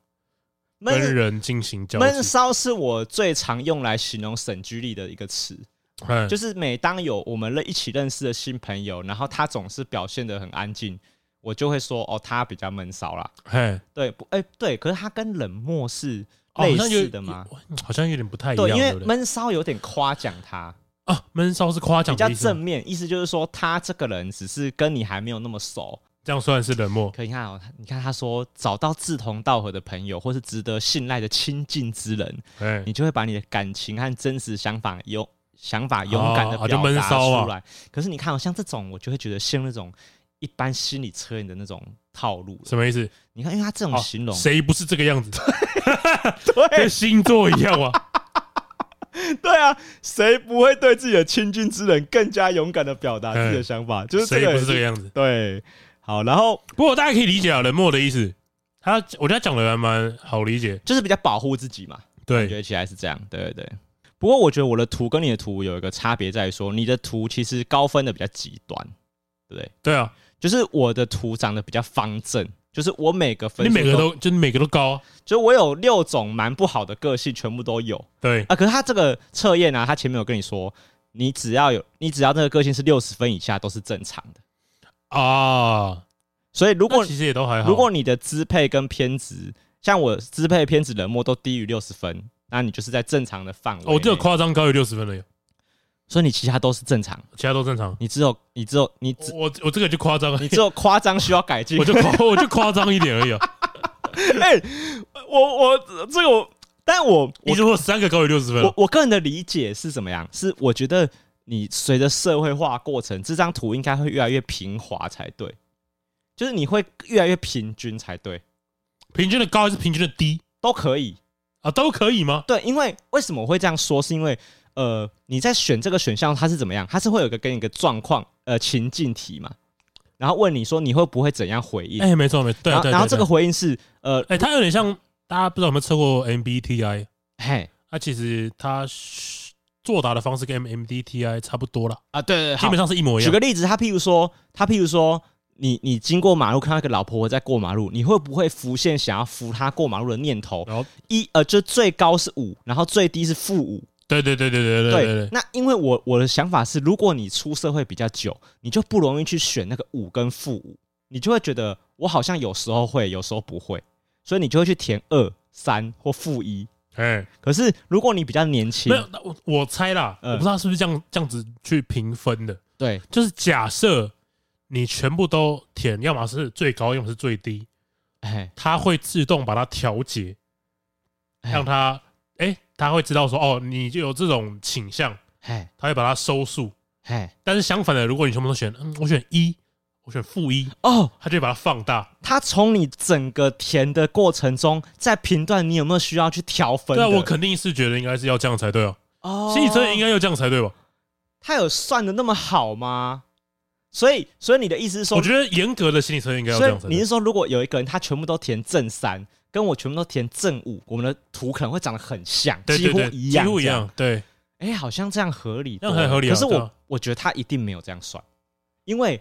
Speaker 1: 跟
Speaker 2: 闷
Speaker 1: 人进行交
Speaker 2: 闷
Speaker 1: 际，
Speaker 2: 骚是我最常用来形容沈居力的一个词，
Speaker 1: 嗯
Speaker 2: 就是每当有我们认一起认识的新朋友，然后他总是表现的很安静，我就会说哦，他比较闷骚啦。
Speaker 1: 嘿，
Speaker 2: 对，不，哎、对，可是他跟冷漠是
Speaker 1: 哦
Speaker 2: 类
Speaker 1: 好像有
Speaker 2: 似的吗？
Speaker 1: 好像有点不太一样，
Speaker 2: 对，因为
Speaker 1: 对不对
Speaker 2: 闷骚有点夸奖他，
Speaker 1: 啊，闷骚是夸
Speaker 2: 比
Speaker 1: 奖
Speaker 2: 较
Speaker 1: 的意思
Speaker 2: 正
Speaker 1: 吗，
Speaker 2: 面，意思就是说他这个人只是跟你还没有那么熟，
Speaker 1: 这样算是冷漠
Speaker 2: 可你看哦，他你看他说找到志同道合的朋友，或是值得信赖的亲近之人，
Speaker 1: 哎
Speaker 2: 你就会把你的感情和真实想法勇想法勇敢的
Speaker 1: 哦啊就
Speaker 2: 表
Speaker 1: 闷
Speaker 2: 达
Speaker 1: 骚啊
Speaker 2: 出来。可是你看、哦，像这种，我就会觉得陷入那种一般心理测验的那种套路了。
Speaker 1: 什么意思？
Speaker 2: 你看，因为他这种
Speaker 1: 哦
Speaker 2: 形容，
Speaker 1: 谁不是这个样子？跟
Speaker 2: 对
Speaker 1: 星座一样啊，
Speaker 2: 对啊，谁不会对自己的亲近之人更加勇敢的表达自己的
Speaker 1: 嗯
Speaker 2: 想法？ 就是
Speaker 1: 谁
Speaker 2: 这个
Speaker 1: 不
Speaker 2: 也
Speaker 1: 是这个样子？
Speaker 2: 对。好，然后
Speaker 1: 不过大家可以理解啊，冷漠的意思，他我觉得他讲的还蛮好理解，
Speaker 2: 就是比较保护自己嘛，感
Speaker 1: 对，
Speaker 2: 觉起来是这样，对对对。不过我觉得我的图跟你的图有一个差别在于说，你的图其实高分的比较极端，对不对？
Speaker 1: 对啊，
Speaker 2: 就是我的图长得比较方正，就是我每个分
Speaker 1: 你
Speaker 2: 数
Speaker 1: 每个都就是每个都高啊，
Speaker 2: 就是我有六种蛮不好的个性，全部都有
Speaker 1: 对，
Speaker 2: 啊。可是他这个测验啊，他前面有跟你说，你只要有你只要这个个性是六十分以下都是正常的。
Speaker 1: 啊，
Speaker 2: 所以如
Speaker 1: 不
Speaker 2: 果
Speaker 1: 其实也都还好。
Speaker 2: 如果你的支配跟偏执，像我支配偏执冷漠都低于六十分，那你就是在正常的范围内。
Speaker 1: 哦，我这个夸张高于六十分了，有，
Speaker 2: 所以你其他都是正常。
Speaker 1: 其他都正常。
Speaker 2: 你只有你只有你只
Speaker 1: 我我这个就夸张了啊
Speaker 2: 你，只有夸张需要改进。
Speaker 1: 我就夸我就夸张一点而已啊。
Speaker 2: 哎、我我这个我，但我
Speaker 1: 你
Speaker 2: 我
Speaker 1: 如果三个高于六十分啊
Speaker 2: 我，我个人的理解是怎么样？是我觉得你随着社会化过程，这张图应该会越来越平滑才对，就是你会越来越平均才对，
Speaker 1: 平均的高还是平均的低
Speaker 2: 都可以。
Speaker 1: 啊？都可以吗？
Speaker 2: 对，因为为什么我会这样说？是因为呃，你在选这个选项，它是怎么样？它是会有一个跟一个状况呃情境题嘛，然后问你说你会不会怎样回应？
Speaker 1: 哎，没错没错，对啊
Speaker 2: 然后
Speaker 1: 对啊。
Speaker 2: 然后这
Speaker 1: 对啊
Speaker 2: 个，回应是呃，
Speaker 1: 对啊哎，它有点像大家不知道有没有测过 MBTI，
Speaker 2: 嘿
Speaker 1: 它其实它是作答的方式跟 MBTI 差不多啦，
Speaker 2: 啊，对对，
Speaker 1: 基本上是一模一
Speaker 2: 举
Speaker 1: 样。
Speaker 2: 个例子，他譬如说，他譬如说，你你经过马路看到一个老婆婆在过马路，你会不会浮现想要扶她过马路的念头？
Speaker 1: 然后，
Speaker 2: 一呃，就最高是五，然后最低是负五。
Speaker 1: 对对对对对对对对，
Speaker 2: 那因为我我的想法是，如果你出社会比较久，你就不容易去选那个五跟负五，你就会觉得我好像有时候会，有时候不会，所以你就会去填二、三或负一。
Speaker 1: 哎，
Speaker 2: 可是如果你比较年轻
Speaker 1: 没，有，那我我猜啦，我
Speaker 2: 嗯
Speaker 1: 不知道是不是这样这样子去评分的。
Speaker 2: 对
Speaker 1: 就是假设你全部都填，要么是最高，要么是最低，
Speaker 2: 哎，
Speaker 1: 它会自动把它调节，
Speaker 2: 哎
Speaker 1: 让它哎、它会知道说哦，你就有这种倾向，
Speaker 2: 哎
Speaker 1: 它会把它收束。
Speaker 2: 哎
Speaker 1: 但是相反的，如果你全部都选，嗯，我选一，我选负一，
Speaker 2: 哦，
Speaker 1: 它就会把它放大。
Speaker 2: 他从你整个填的过程中，在评断你有没有需要去调分
Speaker 1: 对
Speaker 2: 的。
Speaker 1: 啊，我肯定是觉得应该是要这样才对哦、
Speaker 2: 哦
Speaker 1: 心理测验应该要这样才对吧？
Speaker 2: 他有算的那么好吗？所以，所以你的意思是说，
Speaker 1: 我觉得严格的心理测验应该要
Speaker 2: 所
Speaker 1: 这
Speaker 2: 以
Speaker 1: 样才
Speaker 2: 你
Speaker 1: 对
Speaker 2: 是。说，如果有一个人他全部都填正三，跟我全部都填正五，我们的图可能会长得很像，
Speaker 1: 对对
Speaker 2: 乎
Speaker 1: 对，
Speaker 2: 一
Speaker 1: 几
Speaker 2: 样，
Speaker 1: 乎一样。。对，
Speaker 2: 哎、好像这样合理多了，
Speaker 1: 这样很合理啊
Speaker 2: 可是我、
Speaker 1: 对啊
Speaker 2: 我觉得他一定没有这样算，因为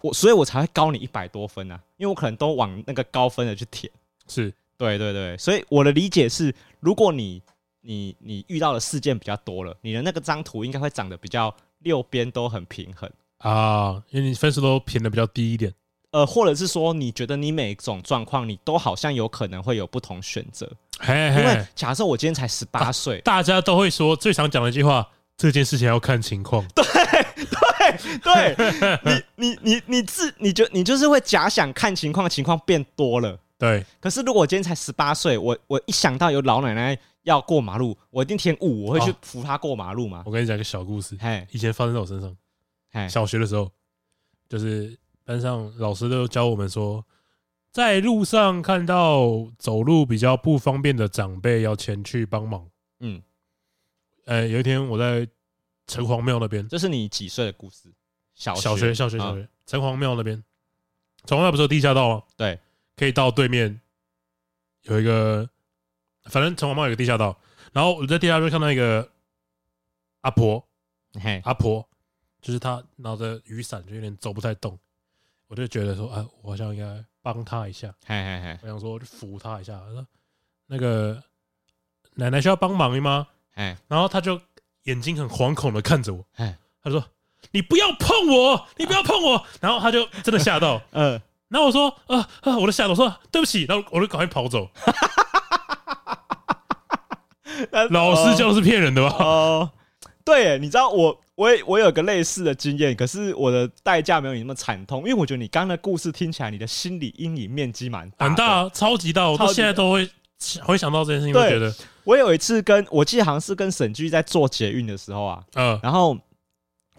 Speaker 2: 我所以，我才会高你一百多分啊，因为我可能都往那个高分的去填。
Speaker 1: 是
Speaker 2: 对对对，所以我的理解是，如果你你你遇到的事件比较多了，你的那个张图应该会长得比较六边都很平衡，
Speaker 1: 啊，因为你分数都评的比较低一点。
Speaker 2: 呃，或者是说你觉得你每种状况你都好像有可能会有不同选择，
Speaker 1: 嘿
Speaker 2: 因
Speaker 1: 嘿，啊
Speaker 2: 为假设我今天才十八岁，
Speaker 1: 大家都会说最常讲的一句话：这件事情要看情况。对，
Speaker 2: 对你你你你自你就你就是会假想看情况，情况变多了。可是如果我今天才十八岁，我我一想到有老奶奶要过马路，我一定填五，我会去
Speaker 1: 哦
Speaker 2: 扶她过马路嘛？
Speaker 1: 我跟你讲一个小故事，
Speaker 2: 嘿
Speaker 1: 以前发生在我身上。
Speaker 2: 嘿，
Speaker 1: 小学的时候，就是班上老师都教我们说，在路上看到走路比较不方便的长辈，要前去帮忙。
Speaker 2: 嗯，
Speaker 1: 呃，有一天我在城隍庙那边，
Speaker 2: 这是你几岁的故事？小
Speaker 1: 小学小学
Speaker 2: 嗯
Speaker 1: 小学城隍庙那边，城隍庙不是有地下道吗？
Speaker 2: 对，
Speaker 1: 可以到对面有一个，反正城隍庙有个地下道，然后我在地下道看到一个阿婆，
Speaker 2: 嘿，
Speaker 1: 阿婆，就是她拿着雨伞就有点走不太动，我就觉得说，啊，我好像应该帮她一下，
Speaker 2: 嘿嘿嘿，
Speaker 1: 我想说扶她一下，我说那个奶奶需要帮忙吗？
Speaker 2: 嘿，
Speaker 1: 然后她就眼睛很惶恐的看着我，
Speaker 2: 嘿，
Speaker 1: 她说。你不要碰我！你不要碰我！然后她就真的吓到，
Speaker 2: 呃，
Speaker 1: 然后我说啊啊，我就吓得我说对不起，然后我就赶快跑走。老师
Speaker 2: 就。
Speaker 1: 就是骗人的吧？
Speaker 2: 哦，对耶，你知道我我也我有个类似的经验，可是我的代价没有你那么惨痛，因为我觉得你刚刚的故事听起来，你的心理阴影面积蛮大的
Speaker 1: 很大、。啊，超级大，我到
Speaker 2: 超级
Speaker 1: 现在都会回想到这件事情，都
Speaker 2: 对
Speaker 1: 觉得
Speaker 2: 我有一次跟我记得好像是跟沈居在做捷运的时候啊，
Speaker 1: 呃，
Speaker 2: 然后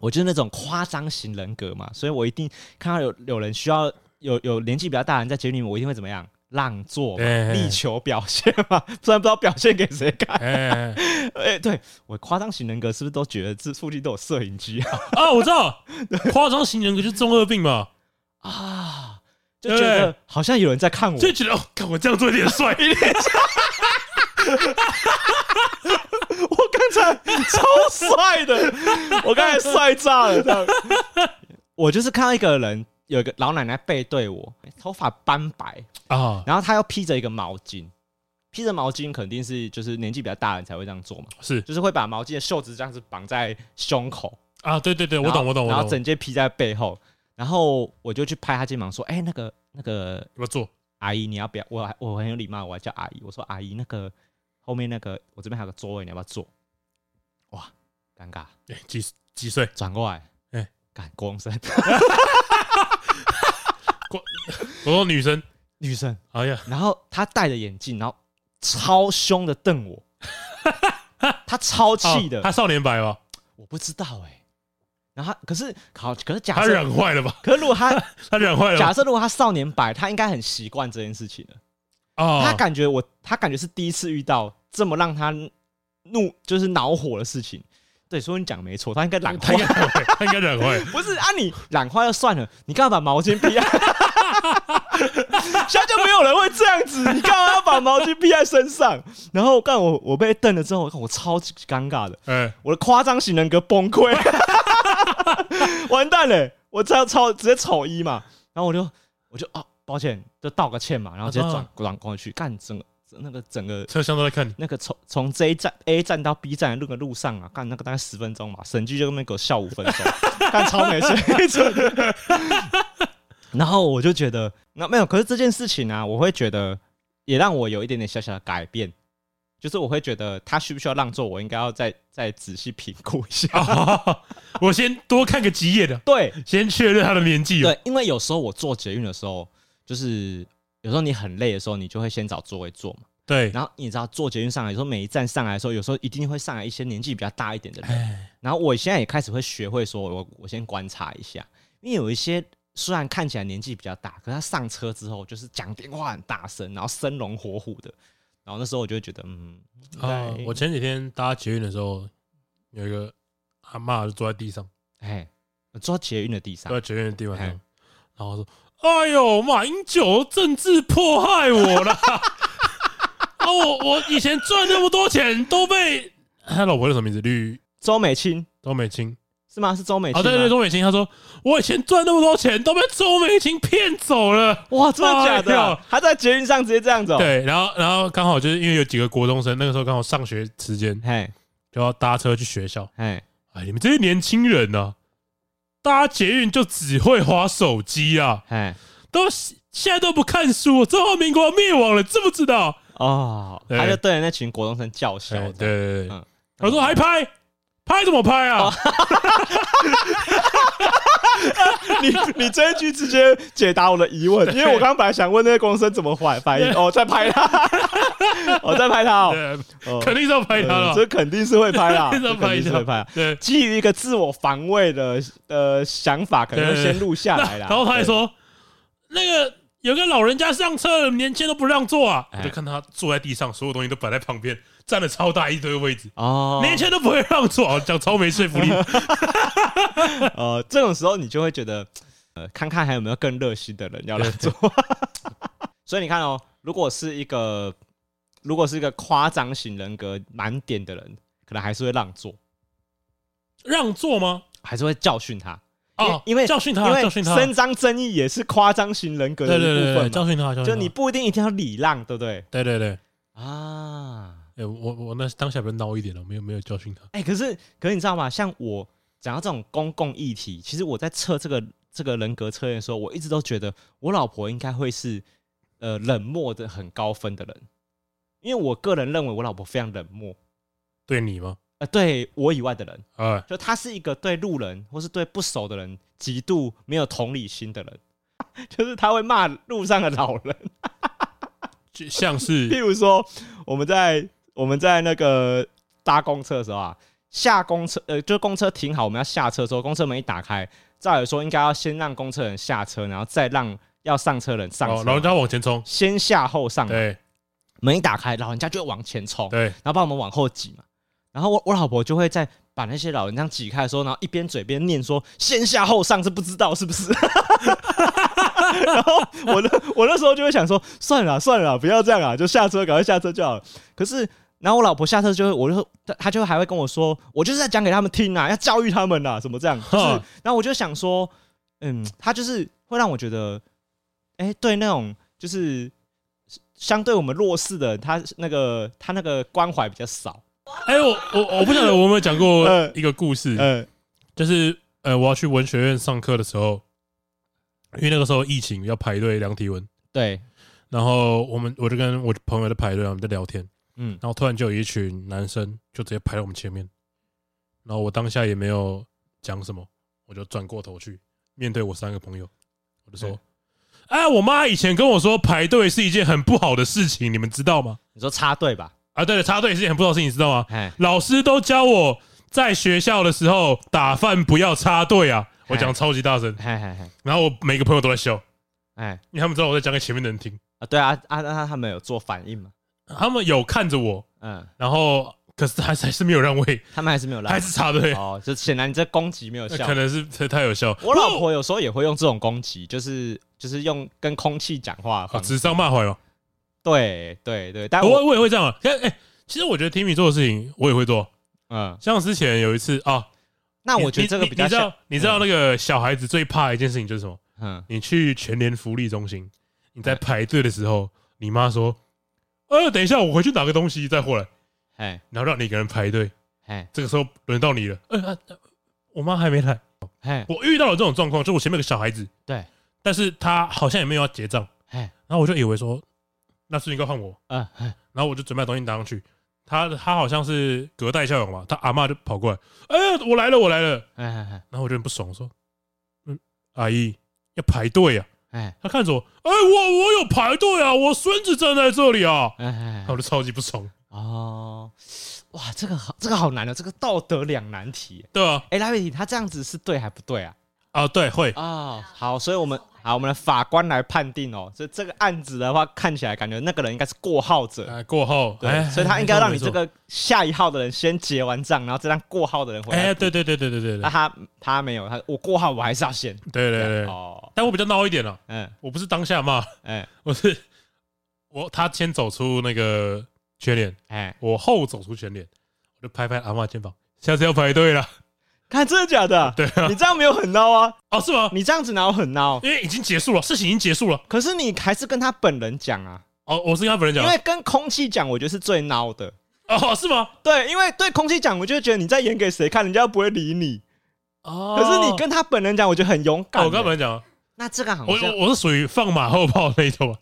Speaker 2: 我就是那种夸张型人格嘛，所以我一定看到有有人需要有有年纪比较大的人在捷运里面，我一定会怎么样让座嘛，
Speaker 1: 哎
Speaker 2: 力求表现嘛，虽然不知道表现给谁看。
Speaker 1: 哎，
Speaker 2: 哎、对我夸张型人格是不是都觉得这附近都有摄影机啊？
Speaker 1: 啊，我知道，夸张型人格就是中二病嘛，
Speaker 2: 啊，就
Speaker 1: 对
Speaker 2: 觉得好像有人在看我，
Speaker 1: 就觉得哦，看我这样做有点 帅，
Speaker 2: 我刚才超帅的，我刚才帅炸了，这样。 我就是看到一个人，有一个老奶奶背对我，头发斑白，
Speaker 1: 啊，
Speaker 2: 然后她又披着一个毛巾，披着毛巾肯定是就是年纪比较大的人才会这样做嘛，
Speaker 1: 是
Speaker 2: 就是会把毛巾的袖子这样子绑在胸口，
Speaker 1: 啊，对对对，我
Speaker 2: 然后
Speaker 1: 懂我懂
Speaker 2: 然
Speaker 1: 我
Speaker 2: 后
Speaker 1: 懂，
Speaker 2: 整件披在背后，然后我就去拍她肩膀说：“哎、那个那个
Speaker 1: 怎么做？
Speaker 2: 阿姨，你要不要？我还我很有礼貌，我还叫阿姨。我说阿姨，那个后面那个我这边还有个座位，你要不要坐？哇，尴尬，
Speaker 1: 哎几几岁？
Speaker 2: 转过来，哎、
Speaker 1: 哎
Speaker 2: 干国中生，
Speaker 1: 我说女生，
Speaker 2: 女生，
Speaker 1: 哎呀，
Speaker 2: 然后她戴着眼镜，然后超凶的瞪我，她超气的，
Speaker 1: 啊她少年白吧，
Speaker 2: 我不知道哎、然后她可是好，可是假
Speaker 1: 她
Speaker 2: 设，
Speaker 1: 染坏了吧？
Speaker 2: 可是如果 她
Speaker 1: 她染坏了
Speaker 2: 假
Speaker 1: 吧
Speaker 2: 设如果她少年白，她应该很习惯这件事情了。她
Speaker 1: 啊，
Speaker 2: 感觉我，她感觉是第一次遇到这么让她怒，就是恼火的事情。对，所以你讲得没错，她应该染
Speaker 1: 她
Speaker 2: 坏
Speaker 1: 应该，染坏， 她应该染坏，
Speaker 2: 不是啊？你染坏就算了，你干嘛把毛巾披在？ 现在就没有人会这样子，你干嘛要把毛巾披在身上？然后干我，我被瞪了之后，我超级尴尬的，
Speaker 1: 哎，
Speaker 2: 我的夸张型人格崩溃， 完蛋了，我这样超直接丑一嘛，然后我就我就啊，抱歉，就道个歉嘛，然后直接转
Speaker 1: 啊
Speaker 2: 转过去，干整个那个整个
Speaker 1: 车厢都在看你，
Speaker 2: 那个从从 J 站 A 站到 B 站的那个路上啊，干那个大概十分钟嘛，沈剧就在那边给我笑五分钟， 干超没水准 的。然后我就觉得，那没有，可是这件事情呢、啊，我会觉得也让我有一点点小小的改变，就是我会觉得他需不需要让座，我应该要再再仔细评估一下。
Speaker 1: 啊， 我先多看个几眼的，
Speaker 2: 对
Speaker 1: 先确认她的年纪，哦
Speaker 2: 对，因为有时候我做捷运的时候，就是有时候你很累的时候，你就会先找座位坐嘛。
Speaker 1: 对，
Speaker 2: 然后你知道坐捷运上来，有时候每一站上来的时候，有时候一定会上来一些年纪比较大一点的人。
Speaker 1: 哎，
Speaker 2: 然后我现在也开始会学会说，我我先观察一下，因为有一些虽然看起来年纪比较大，可是他上车之后就是讲电话很大声，然后生龙活虎的，然后那时候我就会觉得，嗯，
Speaker 1: 啊
Speaker 2: 应该，
Speaker 1: 我前几天搭捷运的时候，有一个阿嬷就坐在地上。
Speaker 2: 哎，我坐捷运的地上
Speaker 1: 都，在绝缘的地方上，
Speaker 2: 嘿
Speaker 1: 然后说：“哎呦，马英九政治迫害我 了，啊，我我以前赚那么多钱都被他老婆叫什么名字？绿
Speaker 2: 周美青
Speaker 1: 周美青
Speaker 2: 是吗？是周美
Speaker 1: 啊，
Speaker 2: 青、
Speaker 1: 对对，对，，周美青，他说我以前赚那么多钱都被周美青骗走了。”
Speaker 2: 哇，真的假的
Speaker 1: 哎
Speaker 2: 啊
Speaker 1: 呦？
Speaker 2: 他在捷运上直接这样子、哦，，
Speaker 1: 对，然后然后刚好就是因为有几个国中生，那个时候刚好上学时间
Speaker 2: 嘿，
Speaker 1: 就要搭车去学校。
Speaker 2: 嘿，
Speaker 1: 哎，你们这些年轻人呢、搭捷运就只会划手机啊！
Speaker 2: 嘿，
Speaker 1: 都现在都不看书，中华民国灭亡了，知不知道？
Speaker 2: 哦，
Speaker 1: 对
Speaker 2: 他就对着那群国中生叫嚣
Speaker 1: 哎对
Speaker 2: 这
Speaker 1: 对
Speaker 2: 样，
Speaker 1: 对，
Speaker 2: 嗯
Speaker 1: 我说还拍，拍怎么拍啊？
Speaker 2: 你你这一句直接解答我的疑问，因为我刚刚本来想问那个公司怎么反反应，哦，在拍他，我在拍他哦，
Speaker 1: 对，
Speaker 2: 哦
Speaker 1: 肯定是要拍他了
Speaker 2: 呃，这肯定是会拍啦，
Speaker 1: 肯定是
Speaker 2: 这
Speaker 1: 要
Speaker 2: 肯
Speaker 1: 拍
Speaker 2: 定
Speaker 1: 一
Speaker 2: 是
Speaker 1: 下
Speaker 2: 会拍啊。
Speaker 1: 对。
Speaker 2: 基于一个自我防卫的呃想法，可能会先录 下来啦。
Speaker 1: 然后他还
Speaker 2: 对，
Speaker 1: 说，那个有个老人家上车了，年轻人都不让座啊。
Speaker 2: 哎
Speaker 1: 我就看他坐在地上，所有东西都摆在旁边，占了超大一堆位置，
Speaker 2: 哦，
Speaker 1: 年轻人都不会让座，啊，讲超没说服力。
Speaker 2: 呃，这种时候你就会觉得，呃，看看还有没有更热心的人要来做。 所以你看哦，如果是一个如果是一个夸张型人格满点的人，可能还是会让座，
Speaker 1: 让座吗？
Speaker 2: 还是会教训他，
Speaker 1: 哦，
Speaker 2: 因为
Speaker 1: 教训他，
Speaker 2: 因为
Speaker 1: 教训他，
Speaker 2: 伸张正义也是夸张型人格
Speaker 1: 对
Speaker 2: 的
Speaker 1: 对
Speaker 2: 一
Speaker 1: 对
Speaker 2: 部
Speaker 1: 对，
Speaker 2: 分
Speaker 1: 教
Speaker 2: 嘛。
Speaker 1: 训他，教训他
Speaker 2: 就你不一定一定要礼让，对不对？
Speaker 1: 对对对，
Speaker 2: 啊，
Speaker 1: 哎，我我那当下比较孬一点了，没有没有教训他，
Speaker 2: 哎、可是可是你知道吗？像我讲到这种公共议题，其实我在测这个这个人格测验的时候，我一直都觉得我老婆应该会是呃冷漠的很高分的人，因为我个人认为我老婆非常冷漠，
Speaker 1: 对你吗？
Speaker 2: 呃，对我以外的人，
Speaker 1: 哎，
Speaker 2: 就她是一个对路人或是对不熟的人极度没有同理心的人。 就是她会骂路上的老人，
Speaker 1: 就像是哦
Speaker 2: 譬如说我们在我们在那个搭公车的时候啊，下公车呃，就公车停好，我们要下车的时候，公车门一打开，照理说应该要先让公车人下车，然后再让要上车人上
Speaker 1: 哦，
Speaker 2: 车
Speaker 1: 老
Speaker 2: 嘛，
Speaker 1: 人家往前 冲，
Speaker 2: 先下后上嘛。
Speaker 1: 对
Speaker 2: 门一打开，老人家就会往前冲，
Speaker 1: 对，
Speaker 2: 然后把我们往后挤嘛。然后我我老婆就会在把那些老人这样挤开的时候，然后一边嘴边念说“先下后上”是不知道是不是？ 然后我那我那时候就会想说，算了啊算了啊，不要这样啊，就下车，赶快下车就好了。可是，然后我老婆下车就会，我就说她她就还会跟我说，我就是在讲给他们听啊，要教育他们啊，什么这样。就是
Speaker 1: 哼，
Speaker 2: 然后我就想说，嗯，她就是会让我觉得，哎、对那种就是相对我们弱势的人，她那个她那个关怀比较少。
Speaker 1: 哎，我我我不晓得我有没有讲过
Speaker 2: 呃
Speaker 1: 一个故事，
Speaker 2: 嗯
Speaker 1: 就是呃，我要去文学院上课的时候，因为那个时候疫情要排队量体温，
Speaker 2: 对，
Speaker 1: 然后我们我就跟我朋友在排队，我们在聊天，
Speaker 2: 嗯，
Speaker 1: 然后突然就有一群男生就直接排到我们前面，然后我当下也没有讲什么，我就转过头去面对我三个朋友，我就说
Speaker 2: 嗯：“
Speaker 1: 哎，我妈以前跟我说排队是一件很不好的事情，你们知道吗？
Speaker 2: 你说插队吧？
Speaker 1: 啊，对了，插队是一件很不好的事情，你知道吗？
Speaker 2: 哎，
Speaker 1: 老师都教我在学校的时候打饭不要插队啊！”我讲超级大声，
Speaker 2: 嘿嘿嘿，
Speaker 1: 然后我每个朋友都在笑，
Speaker 2: 哎
Speaker 1: 因为他们知道我在讲给前面的人听，
Speaker 2: 啊，对啊啊，那、他们有做反应嘛？
Speaker 1: 他们有看着我，
Speaker 2: 嗯，
Speaker 1: 然后可是还是还是没有让位，
Speaker 2: 他们还是没有来
Speaker 1: 还。是插队。
Speaker 2: 哦，就显然你这攻击没有
Speaker 1: 那
Speaker 2: 效
Speaker 1: 可。能是太太有效，
Speaker 2: 我老婆有时候也会用这种攻击，就是就是用跟空气讲话的
Speaker 1: 啊，
Speaker 2: 方式。
Speaker 1: 指桑骂槐嘛。
Speaker 2: 对对对，但我
Speaker 1: 我我也会这样啊。哎哎，其实我觉得听你做的事情，我也会做。
Speaker 2: 嗯，
Speaker 1: 像之前有一次啊，
Speaker 2: 那我觉得
Speaker 1: 你
Speaker 2: 这个
Speaker 1: 你
Speaker 2: 比较嗯
Speaker 1: 你知
Speaker 2: 像
Speaker 1: 道，你知道那个小孩子最怕的一件事情就是什么？
Speaker 2: 嗯，
Speaker 1: 你去全联福利中心，你在排队的时候，你妈说：“呃，等一下，我回去拿个东西再回来。
Speaker 2: 哎”
Speaker 1: 然后让你一个人排队，
Speaker 2: 哎
Speaker 1: 这个时候轮到你了。呃，啊啊我妈还没来。
Speaker 2: 哎
Speaker 1: 我遇到了这种状况，就我前面有个小孩子，
Speaker 2: 对，
Speaker 1: 但是他好像也没有要结账，
Speaker 2: 哎
Speaker 1: 然后我就以为说，那是应该换我，
Speaker 2: 嗯哎
Speaker 1: 然后我就准备把东西拿上去。他他好像是隔代教养嘛，他阿嬷就跑过来，哎、呀，我来了，我来了。
Speaker 2: 哎哎
Speaker 1: 然后我就很不爽，我说，嗯，阿姨要排队啊。
Speaker 2: 哎
Speaker 1: 他看着我，哎、我我有排队啊，我孙子站在这里啊。
Speaker 2: 哎
Speaker 1: 然后我就超级不爽，
Speaker 2: 哦， 哇，这个好，这个好难哦，这个道德两难题。
Speaker 1: 对啊，
Speaker 2: 哎，拉维提，他这样子是对还不对啊？
Speaker 1: 啊对，会，
Speaker 2: 哦，好，所以我们好，我们的法官来判定哦。所以这个案子的话，看起来感觉那个人应该是过号者，
Speaker 1: 哎过后，哎
Speaker 2: 对，，所以他应该让你
Speaker 1: 没错
Speaker 2: 这，个下一号的人先结完账，然后再让过号的人回
Speaker 1: 哎、
Speaker 2: 来。
Speaker 1: 对对对对对对对
Speaker 2: 那他他没有，他我过号我还是要先。
Speaker 1: 对对对，
Speaker 2: 哦，
Speaker 1: 但我比较孬一点了、啊，
Speaker 2: 嗯
Speaker 1: 我不是当下骂，
Speaker 2: 嗯
Speaker 1: 我是我他先走出那个全脸，
Speaker 2: 哎，
Speaker 1: 我后走出全脸，我就拍拍阿嬷肩膀，下次要排队了。
Speaker 2: 看真的假的？
Speaker 1: 对啊，
Speaker 2: 你这样没有很孬啊，
Speaker 1: 哦是吗？
Speaker 2: 你这样子哪有很孬？
Speaker 1: 因为已经结束了，事情已经结束了。
Speaker 2: 可是你还是跟他本人讲啊，
Speaker 1: 哦，我是跟他本人
Speaker 2: 因
Speaker 1: 讲
Speaker 2: 为
Speaker 1: 的，
Speaker 2: 跟空气讲，我觉得是最孬的。
Speaker 1: 哦是吗？
Speaker 2: 对，因为对空气讲，我就会觉得你在演给谁看，人家又不会理你。
Speaker 1: 哦，
Speaker 2: 可是你跟他本人讲，我觉得很勇
Speaker 1: 哦
Speaker 2: 敢、
Speaker 1: 我跟他本人讲啊，
Speaker 2: 那这个好
Speaker 1: 我
Speaker 2: 像
Speaker 1: 我我是属于放马后炮那一种 啊。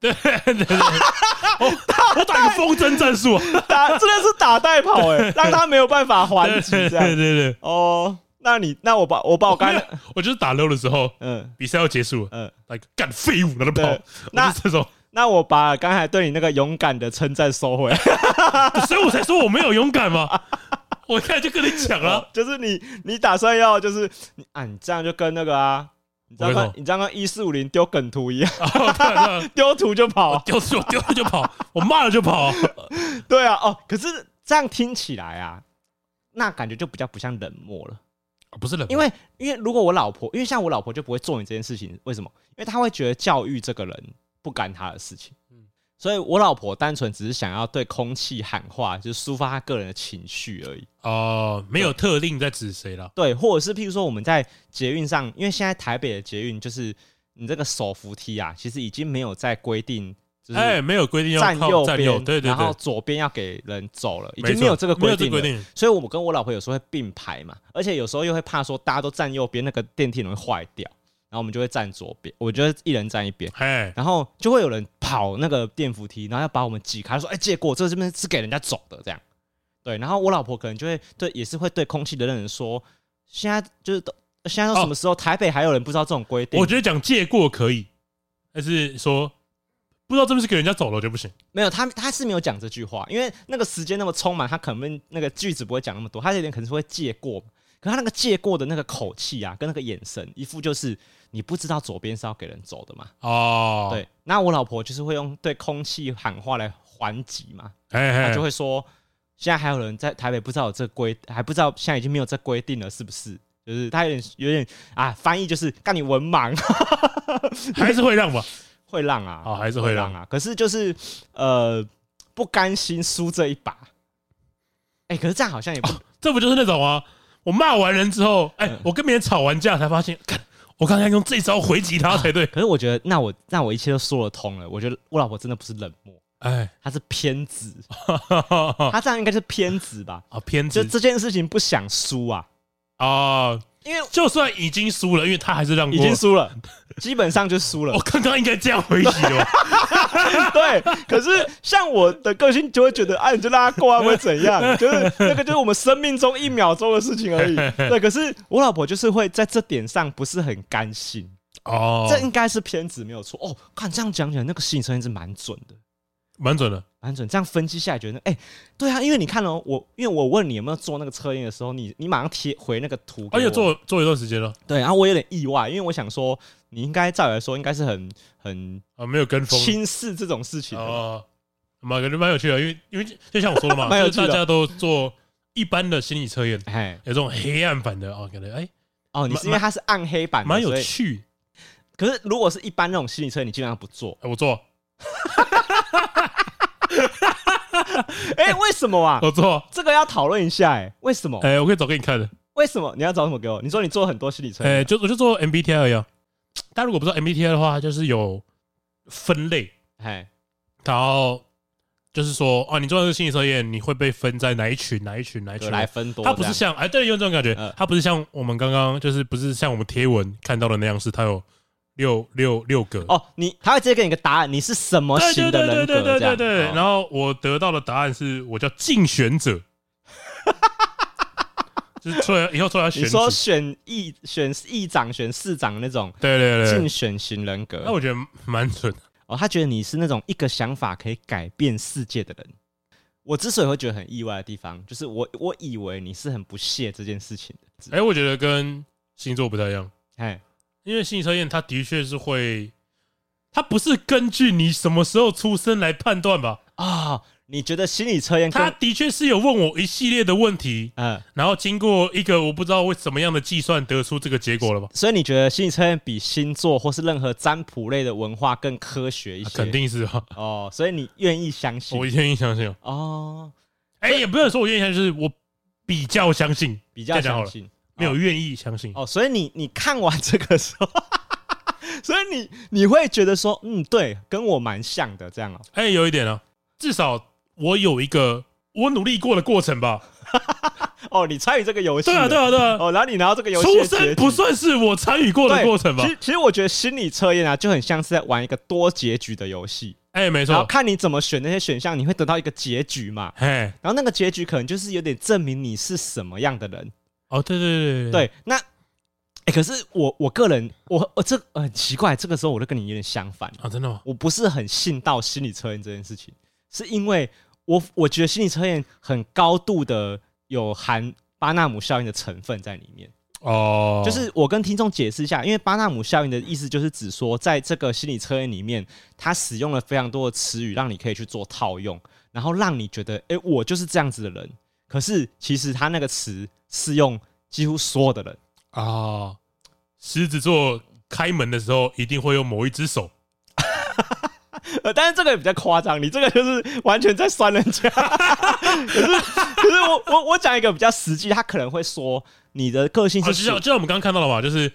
Speaker 1: 对 对对，对我我打个风筝战术啊，
Speaker 2: 打真的是打带跑哎、让他没有办法还击
Speaker 1: 对
Speaker 2: 这
Speaker 1: 对
Speaker 2: 样。
Speaker 1: 对，
Speaker 2: 哦，那你那我把我把我刚才
Speaker 1: 我就是打溜的时候，
Speaker 2: 嗯
Speaker 1: 比赛要结束了，
Speaker 2: 嗯，
Speaker 1: 来干废物，然后跑
Speaker 2: 对，那
Speaker 1: 我就是这种，
Speaker 2: 那我把刚才对你那个勇敢的称赞收回来。
Speaker 1: 所以我才说我没有勇敢嘛。 我一开始就跟你讲了，
Speaker 2: 就是你你打算要就是你啊，你这样就跟那个啊，你这样
Speaker 1: 我会
Speaker 2: 跟
Speaker 1: 跑
Speaker 2: 你这样跟一四五零丢梗图一样，
Speaker 1: 然后对啊对啊
Speaker 2: 丢图就跑
Speaker 1: 我
Speaker 2: 啊。
Speaker 1: 丢出我丢了就跑，我骂了就 跑。
Speaker 2: 哦对啊，哦，可是这样听起来啊，那感觉就比较不像冷漠了。
Speaker 1: 啊不是冷漠，
Speaker 2: 因为因为如果我老婆，因为像我老婆就不会做你这件事情，为什么？因为她会觉得教育这个人不干她的事情。
Speaker 1: 嗯
Speaker 2: 嗯，所以我老婆单纯只是想要对空气喊话，就是抒发她个人的情绪而已。
Speaker 1: 哦没有特定在指谁啦，
Speaker 2: 对，或者是譬如说我们在捷运上，因为现在台北的捷运就是你这个手扶梯啊，其实已经没有在规定，就是
Speaker 1: 哎没有规定要
Speaker 2: 站
Speaker 1: 靠
Speaker 2: 右
Speaker 1: 站
Speaker 2: 边，
Speaker 1: 右，对对
Speaker 2: 然后
Speaker 1: 对，
Speaker 2: 左边要给人走了，已
Speaker 1: 没
Speaker 2: 经
Speaker 1: 错
Speaker 2: 没有这个
Speaker 1: 没
Speaker 2: 规
Speaker 1: 有这
Speaker 2: 定
Speaker 1: 个规
Speaker 2: 了。
Speaker 1: 定，
Speaker 2: 所以我跟我老婆有时候会并排嘛，而且有时候又会怕说大家都站右边，那个电梯容易坏掉，然后我们就会站左边，我觉得一人站一边，
Speaker 1: 哎
Speaker 2: 然后就会有人跑那个电扶梯，然后要把我们挤开，说：“哎、借过，这这边是给人家走的。”这样，对。然后我老婆可能就会对，也是会对空气的人说：“现在就是都现在都什么时候，台北还有人不知道这种规定？”
Speaker 1: 我觉得讲借过可以，但是说不知道这边是给人家走了就不行。
Speaker 2: 没有，他他是没有讲这句话，因为那个时间那么匆忙，他可能那个句子不会讲那么多，他有点可能是会借过嘛。可他那个借过的那个口气啊，跟那个眼神，一副就是你不知道左边是要给人走的嘛。
Speaker 1: 哦，，
Speaker 2: 对，那我老婆就是会用对空气喊话来还击嘛，
Speaker 1: 哎
Speaker 2: 她
Speaker 1: 哎，
Speaker 2: 就会说，现在还有人在台北不知道有这规，还不知道现在已经没有这规定了，是不是？就是他有点有点啊，翻译就是干你文盲，
Speaker 1: 还是会让吧。
Speaker 2: 会让啊，
Speaker 1: 哦还是会让
Speaker 2: 啊。可是就是呃，不甘心输这一把。哎、可是这样好像也不、
Speaker 1: 这不就是那种啊？我骂完人之后，哎、
Speaker 2: 嗯
Speaker 1: 我跟别人吵完架才发现，看我刚才用这招回击
Speaker 2: 啊
Speaker 1: 他才对。
Speaker 2: 可是我觉得，那我那我一切都说得通了。我觉得我老婆真的不是冷漠，
Speaker 1: 哎、
Speaker 2: 她是偏执，
Speaker 1: 啊，
Speaker 2: 她这样应该是偏 执吧？
Speaker 1: 偏
Speaker 2: 就
Speaker 1: 执
Speaker 2: 这件事情不想输啊，
Speaker 1: 啊，
Speaker 2: 哦因为
Speaker 1: 就算已经输了，因为他还是让
Speaker 2: 已
Speaker 1: 过了。
Speaker 2: 经输了，基本上就 输了
Speaker 1: 我。刚刚应该这样回击哦。
Speaker 2: 对，可是像我的个性就会觉得，啊，你就让他过啊，会 怎样？就是那个就是我们生命中一秒钟的事情而已。对，可是我老婆就是会在这点上不是很甘心， 这
Speaker 1: 哦，
Speaker 2: 应该是偏执没有错。哦，看这样讲起来，那个心理测验是蛮准的，
Speaker 1: 蛮准的。
Speaker 2: 蛮准。这样分析下来，觉得哎、对啊，因为你看哦，我因为我问你有没有做那个测验的时候，你你马上贴回那个图，
Speaker 1: 而且，哦做做一段时间了
Speaker 2: 对，然后我有点意外，因为我想说你应该照理来说应该是很很
Speaker 1: 啊，没有跟风
Speaker 2: 轻视这种事情的吧。
Speaker 1: 哦，蛮感觉蛮有趣的，因为因为就像我说的嘛，
Speaker 2: 蛮有
Speaker 1: 就
Speaker 2: 趣的
Speaker 1: 是大家都做一般的心理测验，
Speaker 2: 哎，
Speaker 1: 有这种黑暗版的哦，感觉哎
Speaker 2: 哦，你是因
Speaker 1: 蛮
Speaker 2: 为它是暗黑版的，
Speaker 1: 蛮有
Speaker 2: 所以
Speaker 1: 趣。
Speaker 2: 可是如果是一般那种心理测验，你基本上不做。
Speaker 1: 哎我做
Speaker 2: 哎、为什么啊？
Speaker 1: 我做，
Speaker 2: 这个要讨论一下、哎，为什么？
Speaker 1: 哦哎，我可以找给你看的。
Speaker 2: 为什么你要找什么给我？你说你做很多心理测
Speaker 1: 哎、
Speaker 2: 验，
Speaker 1: 就我就做 MBTI 而已、啊。大家如果不知道 MBTI 的话，就是有分类，
Speaker 2: 哎、
Speaker 1: 然后就是说，哦、你做这个心理测验，你会被分在哪一群、哪一群、哪一
Speaker 2: 格
Speaker 1: 群。
Speaker 2: 莱芬多
Speaker 1: 它
Speaker 2: 这样，
Speaker 1: 不是像哎，对，有这种感觉
Speaker 2: 嗯，
Speaker 1: 它不是像我们刚刚就是不是像我们贴文看到的那样，是它有六六六个。
Speaker 2: 哦，你他会直接给你一个答案，你是什么
Speaker 1: 对
Speaker 2: 型
Speaker 1: 对
Speaker 2: 的
Speaker 1: 对
Speaker 2: 人
Speaker 1: 对
Speaker 2: 格
Speaker 1: 对对
Speaker 2: 这
Speaker 1: 对
Speaker 2: 样？
Speaker 1: 对。
Speaker 2: 哦
Speaker 1: 然后我得到的答案是我叫竞选 者，就是出来以后出来要选
Speaker 2: 你
Speaker 1: 举。
Speaker 2: 说选议选议长、选市长那种
Speaker 1: 对对对
Speaker 2: 竞
Speaker 1: 对，
Speaker 2: 选型人
Speaker 1: 那
Speaker 2: 格，
Speaker 1: 我觉得蛮准的。
Speaker 2: 哦，他觉得你是那种一个想法可以改变世界的人。我之所以会觉得很意外的地方，就是我我以为你是很不屑这件事情的，
Speaker 1: 哎，我觉得跟星座不太一样。
Speaker 2: 哎，
Speaker 1: 因为心理测验它的确是会，它不是根据你什么时候出生来判断吧？
Speaker 2: 啊、你觉得心理测验更
Speaker 1: 它的确是有问我一系列的问题，
Speaker 2: 嗯，
Speaker 1: 然后经过一个我不知道为什么样的计算得出这个结果了吧？
Speaker 2: 所以你觉得心理测验比星座或是任何占卜类的文化更科学一
Speaker 1: 啊
Speaker 2: 些？
Speaker 1: 肯定是啊，
Speaker 2: 哦，所以你愿意相信
Speaker 1: 我愿意相信啊。
Speaker 2: 哦，
Speaker 1: 哎，也不能说我愿意相信，就是我比较相信，
Speaker 2: 比较
Speaker 1: 这样好
Speaker 2: 相
Speaker 1: 了
Speaker 2: 信
Speaker 1: 没有愿意相信。
Speaker 2: 哦。所以你你看完这个时候， 所以你你会觉得说，嗯，对，跟我蛮像的这样哦。
Speaker 1: 哎，有一点啊，至少我有一个我努力过的过程吧？
Speaker 2: 哦，你参与这个游戏
Speaker 1: 对啊，
Speaker 2: 了，
Speaker 1: 对啊，对啊。
Speaker 2: 哦，然后你拿到这个游戏
Speaker 1: 出
Speaker 2: 的结
Speaker 1: 生
Speaker 2: 局
Speaker 1: 不算是我参与过的
Speaker 2: 对
Speaker 1: 过程吧
Speaker 2: 其？实其实我觉得心理测验啊，就很像是在玩一个多结局的游戏，
Speaker 1: 哎，没
Speaker 2: 然后
Speaker 1: 错，
Speaker 2: 看你怎么选那些选项，你会得到一个结局嘛。
Speaker 1: 哎，
Speaker 2: 然后那个结局可能就是有点证明你是什么样的人。
Speaker 1: 哦，对对对
Speaker 2: 对，那哎、可是我我个人，我我这呃很奇怪，这个时候我就跟你有点相反，
Speaker 1: 啊，真的吗？
Speaker 2: 我不是很信到心理测验这件事情，是因为我我觉得心理测验很高度的有含巴纳姆效应的成分在里面。
Speaker 1: 哦，
Speaker 2: 就是我跟听众解释一下，因为巴纳姆效应的意思就是指说，在这个心理测验里面，它使用了非常多的词语，让你可以去做套用，然后让你觉得，诶，我就是这样子的人。可是其实他那个词是用几乎所有的人，
Speaker 1: 啊，狮子座开门的时候一定会用某一只手，
Speaker 2: 呃，但是这个比较夸张，你这个就是完全在酸人家。可是，可是我我我讲一个比较实际，他可能会说你的个性
Speaker 1: 啊，就是像
Speaker 2: 属
Speaker 1: 就像我们刚刚看到了嘛，就是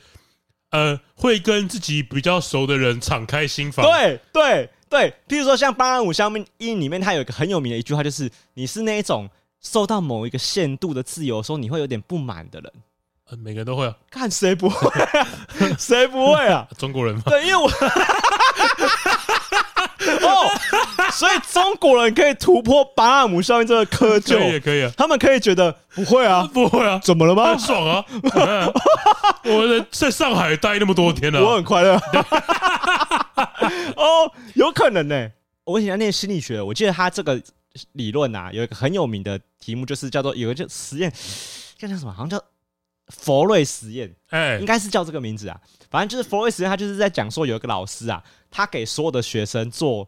Speaker 1: 呃，会跟自己比较熟的人敞开心房，
Speaker 2: 对对对，譬如说像《八二五香槟一》里面，它有一个很有名的一句话，就是你是那一种受到某一个限度的自由的时候，你会有点不满的人。
Speaker 1: 呃，每个人都会啊，
Speaker 2: 看谁不会、啊，谁不会啊？
Speaker 1: 中国人 嘛，
Speaker 2: 对，因为我。哦，所以中国人可以突破巴尔姆效应这个窠
Speaker 1: 可以也
Speaker 2: 臼，
Speaker 1: 可以啊，
Speaker 2: 他们可以觉得不会 啊，
Speaker 1: 不会啊，
Speaker 2: 怎么了吗
Speaker 1: 很？爽 啊！嗯我的在上海待那么多天了、
Speaker 2: 我很快乐。哦，有可能呢、我以前在念心理学，我记得他这个理论啊，有一个很有名的题目，就是叫做有一个实验，叫叫什么？好像叫佛瑞实验，
Speaker 1: 哎、
Speaker 2: 应该是叫这个名字啊。反正就是佛瑞实验，他就是在讲说有一个老师啊，他给所有的学生做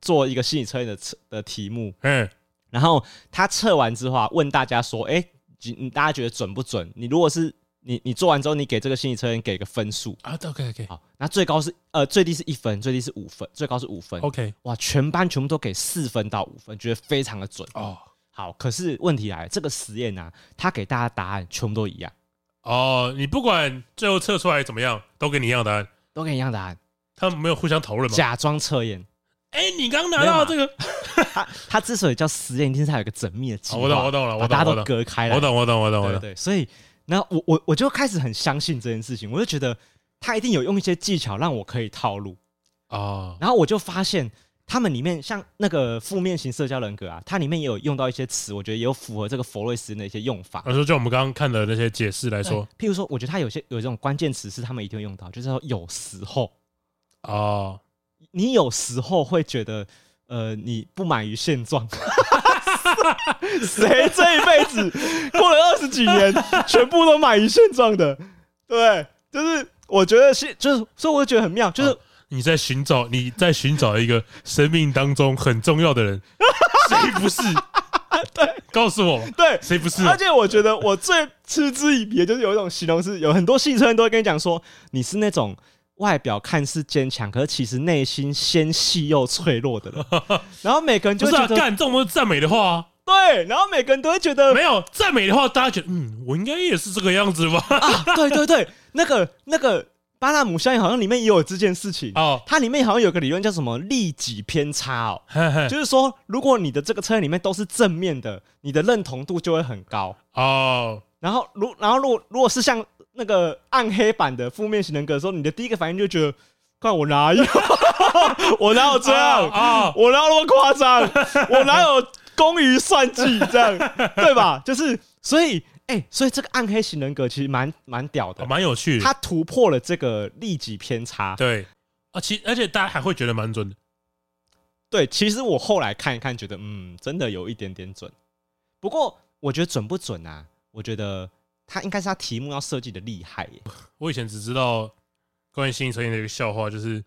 Speaker 2: 做一个心理测验的测的题目，
Speaker 1: 哎、
Speaker 2: 然后他测完之后啊，问大家说：“哎、你你大家觉得准不准？你如果是你你做完之后，你给这个心理测验给个分数，
Speaker 1: 啊，OK OK
Speaker 2: 好，那最高是呃最低是一分，最低是五分，最高是五分。
Speaker 1: OK
Speaker 2: 哇，全班全部都给四分到五分，觉得非常的准。
Speaker 1: 哦
Speaker 2: 好，可是问题来了，这个实验呢、啊，他给大家答案全部都一样，
Speaker 1: 哦，你不管最后测出来怎么样，都跟你一样的答案，
Speaker 2: 都给一样答案，
Speaker 1: 他们没有互相讨论吗？
Speaker 2: 假装测验。
Speaker 1: 哎、你刚拿到这个，
Speaker 2: 他他之所以叫实验，一定是他有一个缜密的计
Speaker 1: 好
Speaker 2: 划，
Speaker 1: 哦我懂我懂了，
Speaker 2: 把
Speaker 1: 我懂
Speaker 2: 大家
Speaker 1: 我
Speaker 2: 都
Speaker 1: 懂，
Speaker 2: 隔开了。
Speaker 1: 我懂我懂我懂我
Speaker 2: 对
Speaker 1: 懂，
Speaker 2: 对，所以那我我我就开始很相信这件事情，我就觉得他一定有用一些技巧让我可以套路，
Speaker 1: 哦，
Speaker 2: 然后我就发现他们里面像那个负面型社交人格啊，它里面也有用到一些词，我觉得也有符合这个佛瑞斯的一些用法。
Speaker 1: 那说就我们刚刚看的那些解释来
Speaker 2: 对
Speaker 1: 说，
Speaker 2: 譬如说，我觉得它有些有这种关键词是他们一定会用到，就是说有时候
Speaker 1: 哦，
Speaker 2: 你有时候会觉得。呃，你不满于现状， 谁这一辈子过了二十几年，全部都满于现状的？对，就是我觉得是，就是所以我就觉得很妙，就是、
Speaker 1: 你在寻找你在寻找一个生命当中很重要的 人，谁不是？对，告诉我，
Speaker 2: 对，
Speaker 1: 谁不是？
Speaker 2: 而且我觉得我最嗤之以鼻的就是有一种形容是，有很多戏称都会跟你讲说，你是那种外表看似坚强，可是其实内心纤细又脆弱 的人。然后每个人
Speaker 1: 不
Speaker 2: 就是会
Speaker 1: 啊，
Speaker 2: 觉得、
Speaker 1: 干这种都是赞美的话、啊。
Speaker 2: 对，然后每个人都会觉得
Speaker 1: 没有赞美的话，大家觉得嗯，我应该也是这个样子 吧？
Speaker 2: 啊，对对对，那个那个巴纳姆效应好像里面也有这件事情。
Speaker 1: 哦，
Speaker 2: 它里面好像有个理论叫什么利己偏差哦，
Speaker 1: 嘿嘿
Speaker 2: 就是说，如果你的这个车里面都是正面的，你的认同度就会很高。
Speaker 1: 哦，
Speaker 2: 然后如然后如果如果是像那个暗黑版的负面型人格的时候，你的第一个反应就觉得，看我哪有，我哪有这样，
Speaker 1: 啊，
Speaker 2: 我哪有那么夸张，我哪有工于算计这样，对吧？就是所以，哎、所以这个暗黑型人格其实蛮蛮屌
Speaker 1: 哦
Speaker 2: 的，
Speaker 1: 蛮有趣的
Speaker 2: 它。突破了这个利己偏差。
Speaker 1: 对啊，其而且大家还会觉得蛮准的。
Speaker 2: 对，其实我后来看一看，觉得嗯，真的有一点点准。不过我觉得准不准啊？我觉得它应该是它题目要设计的厉害耶。
Speaker 1: 我以前只知道关于心理测验的一个笑话，就是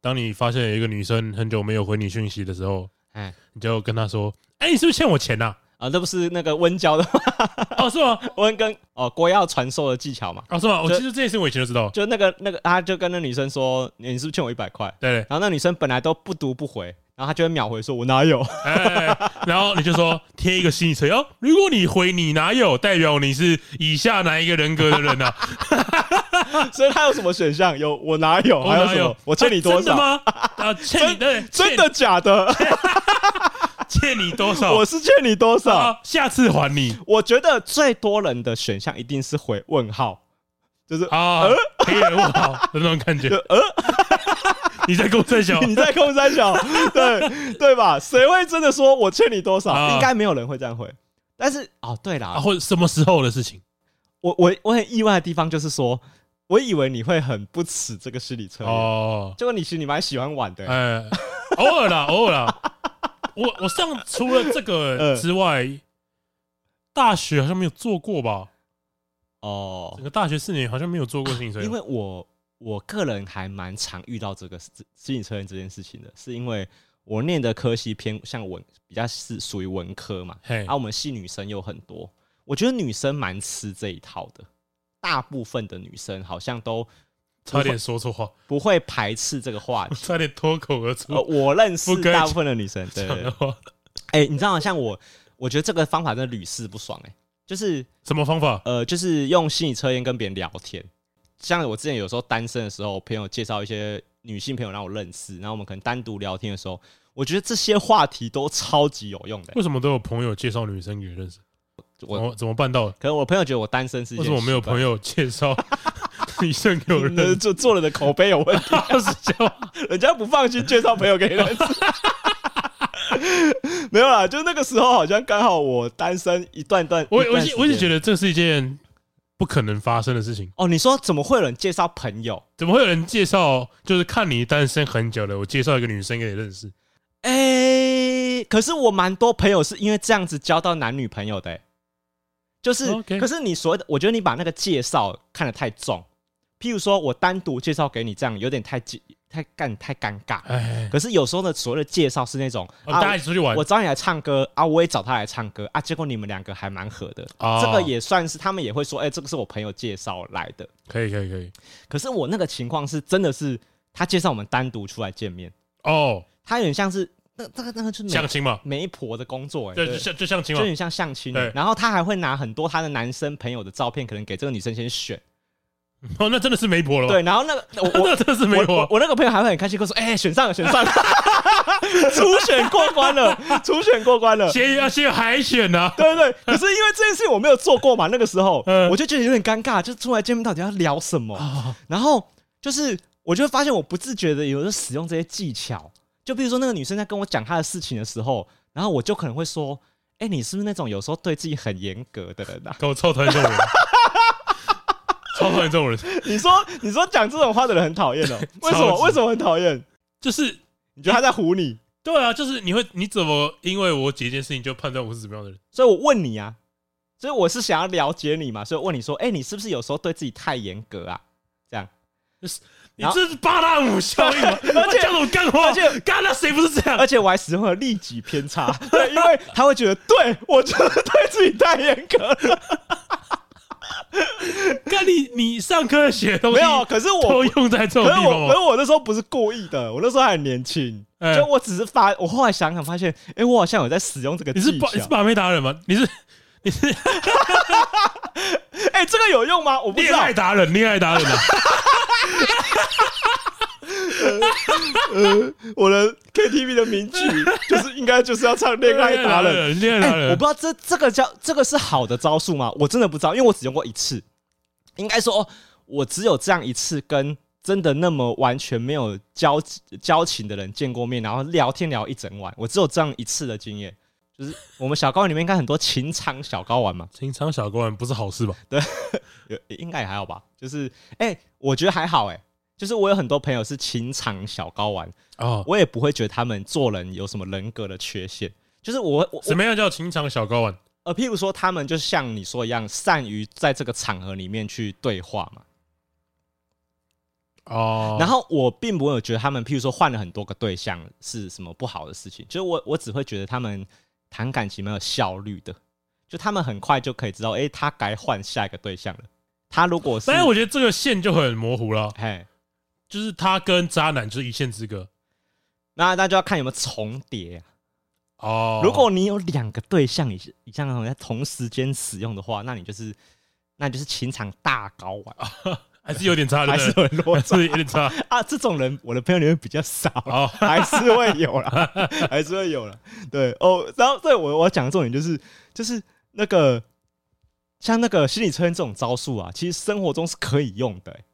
Speaker 1: 当你发现有一个女生很久没有回你讯息的时候，
Speaker 2: 哎、
Speaker 1: 你就跟她说：“哎，你是不是欠我钱呐、
Speaker 2: 啊，这不是那个温教的 吗
Speaker 1: 哦，是吗？
Speaker 2: 温跟哦郭耀传授的技巧嘛？
Speaker 1: 哦，是吗？我
Speaker 2: 这
Speaker 1: 其实这件事我以前就知道。
Speaker 2: 就那个那个，他就跟那女生说，你是不是欠我一百块？
Speaker 1: 对，
Speaker 2: 然后那女生本来都不读不回，然后他就会秒回说，我哪有？
Speaker 1: 哎哎，哎然后你就说贴一个心理测验哦，如果你回你哪有，代表你是以下哪一个人格的人呐、啊？
Speaker 2: 所以他有什么选项？有 我哪有？还有
Speaker 1: 哦哪
Speaker 2: 什么？我欠你
Speaker 1: 啊
Speaker 2: 多少？
Speaker 1: 真的吗？啊，欠你对，
Speaker 2: 真
Speaker 1: 欠
Speaker 2: 的假的？
Speaker 1: 欠你多少？
Speaker 2: 我是欠你多少？
Speaker 1: 啊，下次还你
Speaker 2: 我觉得最多人的选项一定是回问号，就是
Speaker 1: 啊，黑人问号的那种感觉
Speaker 2: 就。呃，
Speaker 1: 你在跟我在笑
Speaker 2: 你在空三 小，对对吧？谁会真的说我欠你多少？
Speaker 1: 啊
Speaker 2: 应该没有人会这样回。但是哦，对啦
Speaker 1: 啊，，或者什么时候的事情？
Speaker 2: 我我我很意外的地方就是说，我以为你会很不耻这个心理测验，
Speaker 1: 哦，
Speaker 2: 结果你其实你蛮喜欢玩的、
Speaker 1: 哎，偶尔啦， 偶尔啦。我我上除了这个
Speaker 2: 嗯
Speaker 1: 之外，大学好像没有做过吧？
Speaker 2: 哦
Speaker 1: 整，个大学四年好像没有做过心理测验，
Speaker 2: 因为我我个人还蛮常遇到这个心心理测验这件事情的，是因为我念的科系偏向文，比较是属于文科嘛，
Speaker 1: 嘿
Speaker 2: 啊，我们系女生有很多，我觉得女生蛮吃这一套的，大部分的女生好像都
Speaker 1: 差点说 错话，
Speaker 2: 不会排斥这个话
Speaker 1: 我
Speaker 2: 题。
Speaker 1: 差点脱口而出
Speaker 2: 呃， 我认
Speaker 1: 不
Speaker 2: 识
Speaker 1: 该
Speaker 2: 大部分的女生，对
Speaker 1: 讲
Speaker 2: 对
Speaker 1: 的
Speaker 2: 对。
Speaker 1: 话。
Speaker 2: 哎、你知道吗？像我，我觉得这个方法真的屡试不爽、哎，就是
Speaker 1: 什么方 法？
Speaker 2: 呃，就是用心理测验跟别人聊天。像我之前有时候单身的时候，朋友介绍一些女性朋友让我认识，然后我们可能单独聊天的时候，我觉得这些话题都超级有用的、
Speaker 1: 为什么都有朋友介绍女生给认识？
Speaker 2: 我
Speaker 1: 我怎么办到的？
Speaker 2: 可能我朋友觉得我单身是一
Speaker 1: 为
Speaker 2: 件
Speaker 1: 什么没有朋友介绍 女生给我
Speaker 2: 习惯？
Speaker 1: 认
Speaker 2: 人
Speaker 1: 识？
Speaker 2: 就做人的口碑有问题，
Speaker 1: 是这样吗
Speaker 2: 人家不放心介绍朋友给你认识。 没有啦，就那个时候好像刚好我单身一段段，
Speaker 1: 我我是我是觉
Speaker 2: 得
Speaker 1: 得这是一件不可能发生的事情，
Speaker 2: 哦，你说怎么会有人介绍朋友？
Speaker 1: 怎么会有人介绍？就是看你单身很久了，我介绍一个女生给你认识，
Speaker 2: 哎、可是我蛮多朋友是因为这样子交到男女朋友的、欸就是
Speaker 1: OK
Speaker 2: 可是你所谓的，我觉得你把那个介绍看得太重。譬如说我单独介绍给你，这样有点太介太干太尴尬。
Speaker 1: 哎，
Speaker 2: 可是有时候呢，所谓的介绍是那种、
Speaker 1: 哦大家一起出去玩
Speaker 2: 我，我找你来唱歌啊，我也找他来唱歌啊，结果你们两个还蛮合的，
Speaker 1: 哦
Speaker 2: 这个也算是他们也会说，哎、这个是我朋友介绍来的。
Speaker 1: 可以可以可以。
Speaker 2: 可是我那个情况是真的是他介绍我们单独出来见面，
Speaker 1: 哦，
Speaker 2: 他有点像是那那个那个就是美
Speaker 1: 相亲嘛，
Speaker 2: 媒婆的工作、欸，
Speaker 1: 对，就相就相亲嘛
Speaker 2: 就有，点像相亲欸
Speaker 1: 对。
Speaker 2: 然后他还会拿很多他的男生朋友的照片，可能给这个女生先选。
Speaker 1: 哦，那真的是媒婆了吧？
Speaker 2: 对，然后那个我
Speaker 1: 那
Speaker 2: 我
Speaker 1: 真的是媒
Speaker 2: 我我
Speaker 1: 婆，
Speaker 2: 我那个朋友还会很开心，跟我说：“哎、选上了，选上了， 初选过关了， 初选过关了。”
Speaker 1: 先要先海选啊呐，
Speaker 2: 对对对，可是因为这件事情我没有做过嘛，那个时候
Speaker 1: 嗯
Speaker 2: 我就觉得有点尴尬，就是出来见面到底要聊什么？然后就是我就会发现我不自觉的有时候使用这些技巧，就比如说那个女生在跟我讲她的事情的时候，然后我就可能会说：“哎，你是不是那种有时候对自己很严格的人啊？”
Speaker 1: 我超讨厌这种人， 超讨厌这种人，
Speaker 2: 你说你说讲这种话的人很讨厌哦，为什
Speaker 1: 超
Speaker 2: 么
Speaker 1: 级
Speaker 2: 为什么很讨厌？
Speaker 1: 就是
Speaker 2: 你觉得他在唬你？
Speaker 1: 对啊，就是你会你怎么因为我姐一件事情就判断我是怎么样的人？
Speaker 2: 所以我问你啊，所以我是想要了解你嘛，所以我问你说：“哎，你是不是有时候对自己太严格啊？”这样。
Speaker 1: 你
Speaker 2: 然后
Speaker 1: 这是八大五效应吗？
Speaker 2: 而且
Speaker 1: 这种干话，
Speaker 2: 而且
Speaker 1: 干那谁不是这样？
Speaker 2: 而且我还使用了利己偏差，对，因为他会觉得对我就是对自己太严格了，
Speaker 1: 干你你上课学的东西
Speaker 2: 没有。可是
Speaker 1: 都
Speaker 2: 我，
Speaker 1: 用在这种
Speaker 2: 哦可
Speaker 1: 地方哦
Speaker 2: 是我，可
Speaker 1: 吗
Speaker 2: 是？我那时候不是故意的，我那时候还很年轻，
Speaker 1: 哎
Speaker 2: 就我只是发，我后来想想发现，哎，我好像有在使用这个
Speaker 1: 你是
Speaker 2: 技
Speaker 1: 把你是
Speaker 2: 巧，
Speaker 1: 把妹达人吗？你是你是
Speaker 2: 哎，这个有用吗？我不知
Speaker 1: 恋
Speaker 2: 道
Speaker 1: 爱，达人，恋爱达人啊！
Speaker 2: 我的 KTV 的名句就是应该就是要唱 恋爱达人。，
Speaker 1: 恋爱达
Speaker 2: 哎，我
Speaker 1: 人
Speaker 2: 不知道这这个叫这个是好的招数吗？我真的不知道，因为我只用过一次。应该说，哦，我只有这样一次跟真的那么完全没有交集交情的人见过面，然后聊天聊一整晚，我只有这样一次的经验。就是我们小高里面应该很多情场小高玩嘛，
Speaker 1: 情场小官不是好事吧？
Speaker 2: 有应该也还好吧。就是哎、我觉得还好哎、就是我有很多朋友是情场小高玩，
Speaker 1: 哦，
Speaker 2: 我也不会觉得他们做人有什么人格的缺陷。就是我我
Speaker 1: 什么样叫情场小高玩？
Speaker 2: 呃，譬如说，他们就像你说一样，善于在这个场合里面去对话嘛。
Speaker 1: 哦，
Speaker 2: 然
Speaker 1: 后
Speaker 2: 后我并不会有觉得他们，譬如说换了很多个对象是什么不好的事情，就是我我只会觉得他们谈感情蛮有效率的，就他们很快就可以知道，诶，他该换下一个对象了。他如果是，
Speaker 1: 但是我觉得这个线就很模糊了，
Speaker 2: 嘿，
Speaker 1: 就是他跟渣男就是一线之隔。
Speaker 2: 那那就要看有没有重叠、啊。
Speaker 1: 哦，
Speaker 2: 如果你有两个对象以以上好像在同时间使用的话，那你就是那你就是情场大高玩，
Speaker 1: 还是有点差，对
Speaker 2: 还
Speaker 1: 不
Speaker 2: 是
Speaker 1: 哦对
Speaker 2: 很落
Speaker 1: 还
Speaker 2: 差
Speaker 1: 是有点差。
Speaker 2: 啊？这种人我的朋友里面比较少啊
Speaker 1: 哦，
Speaker 2: 还是会有啦，还是会有啦。对哦，然后对我我要讲的重点就是就是那个像那个心理测验这种招数啊，其实生活中是可以用的、欸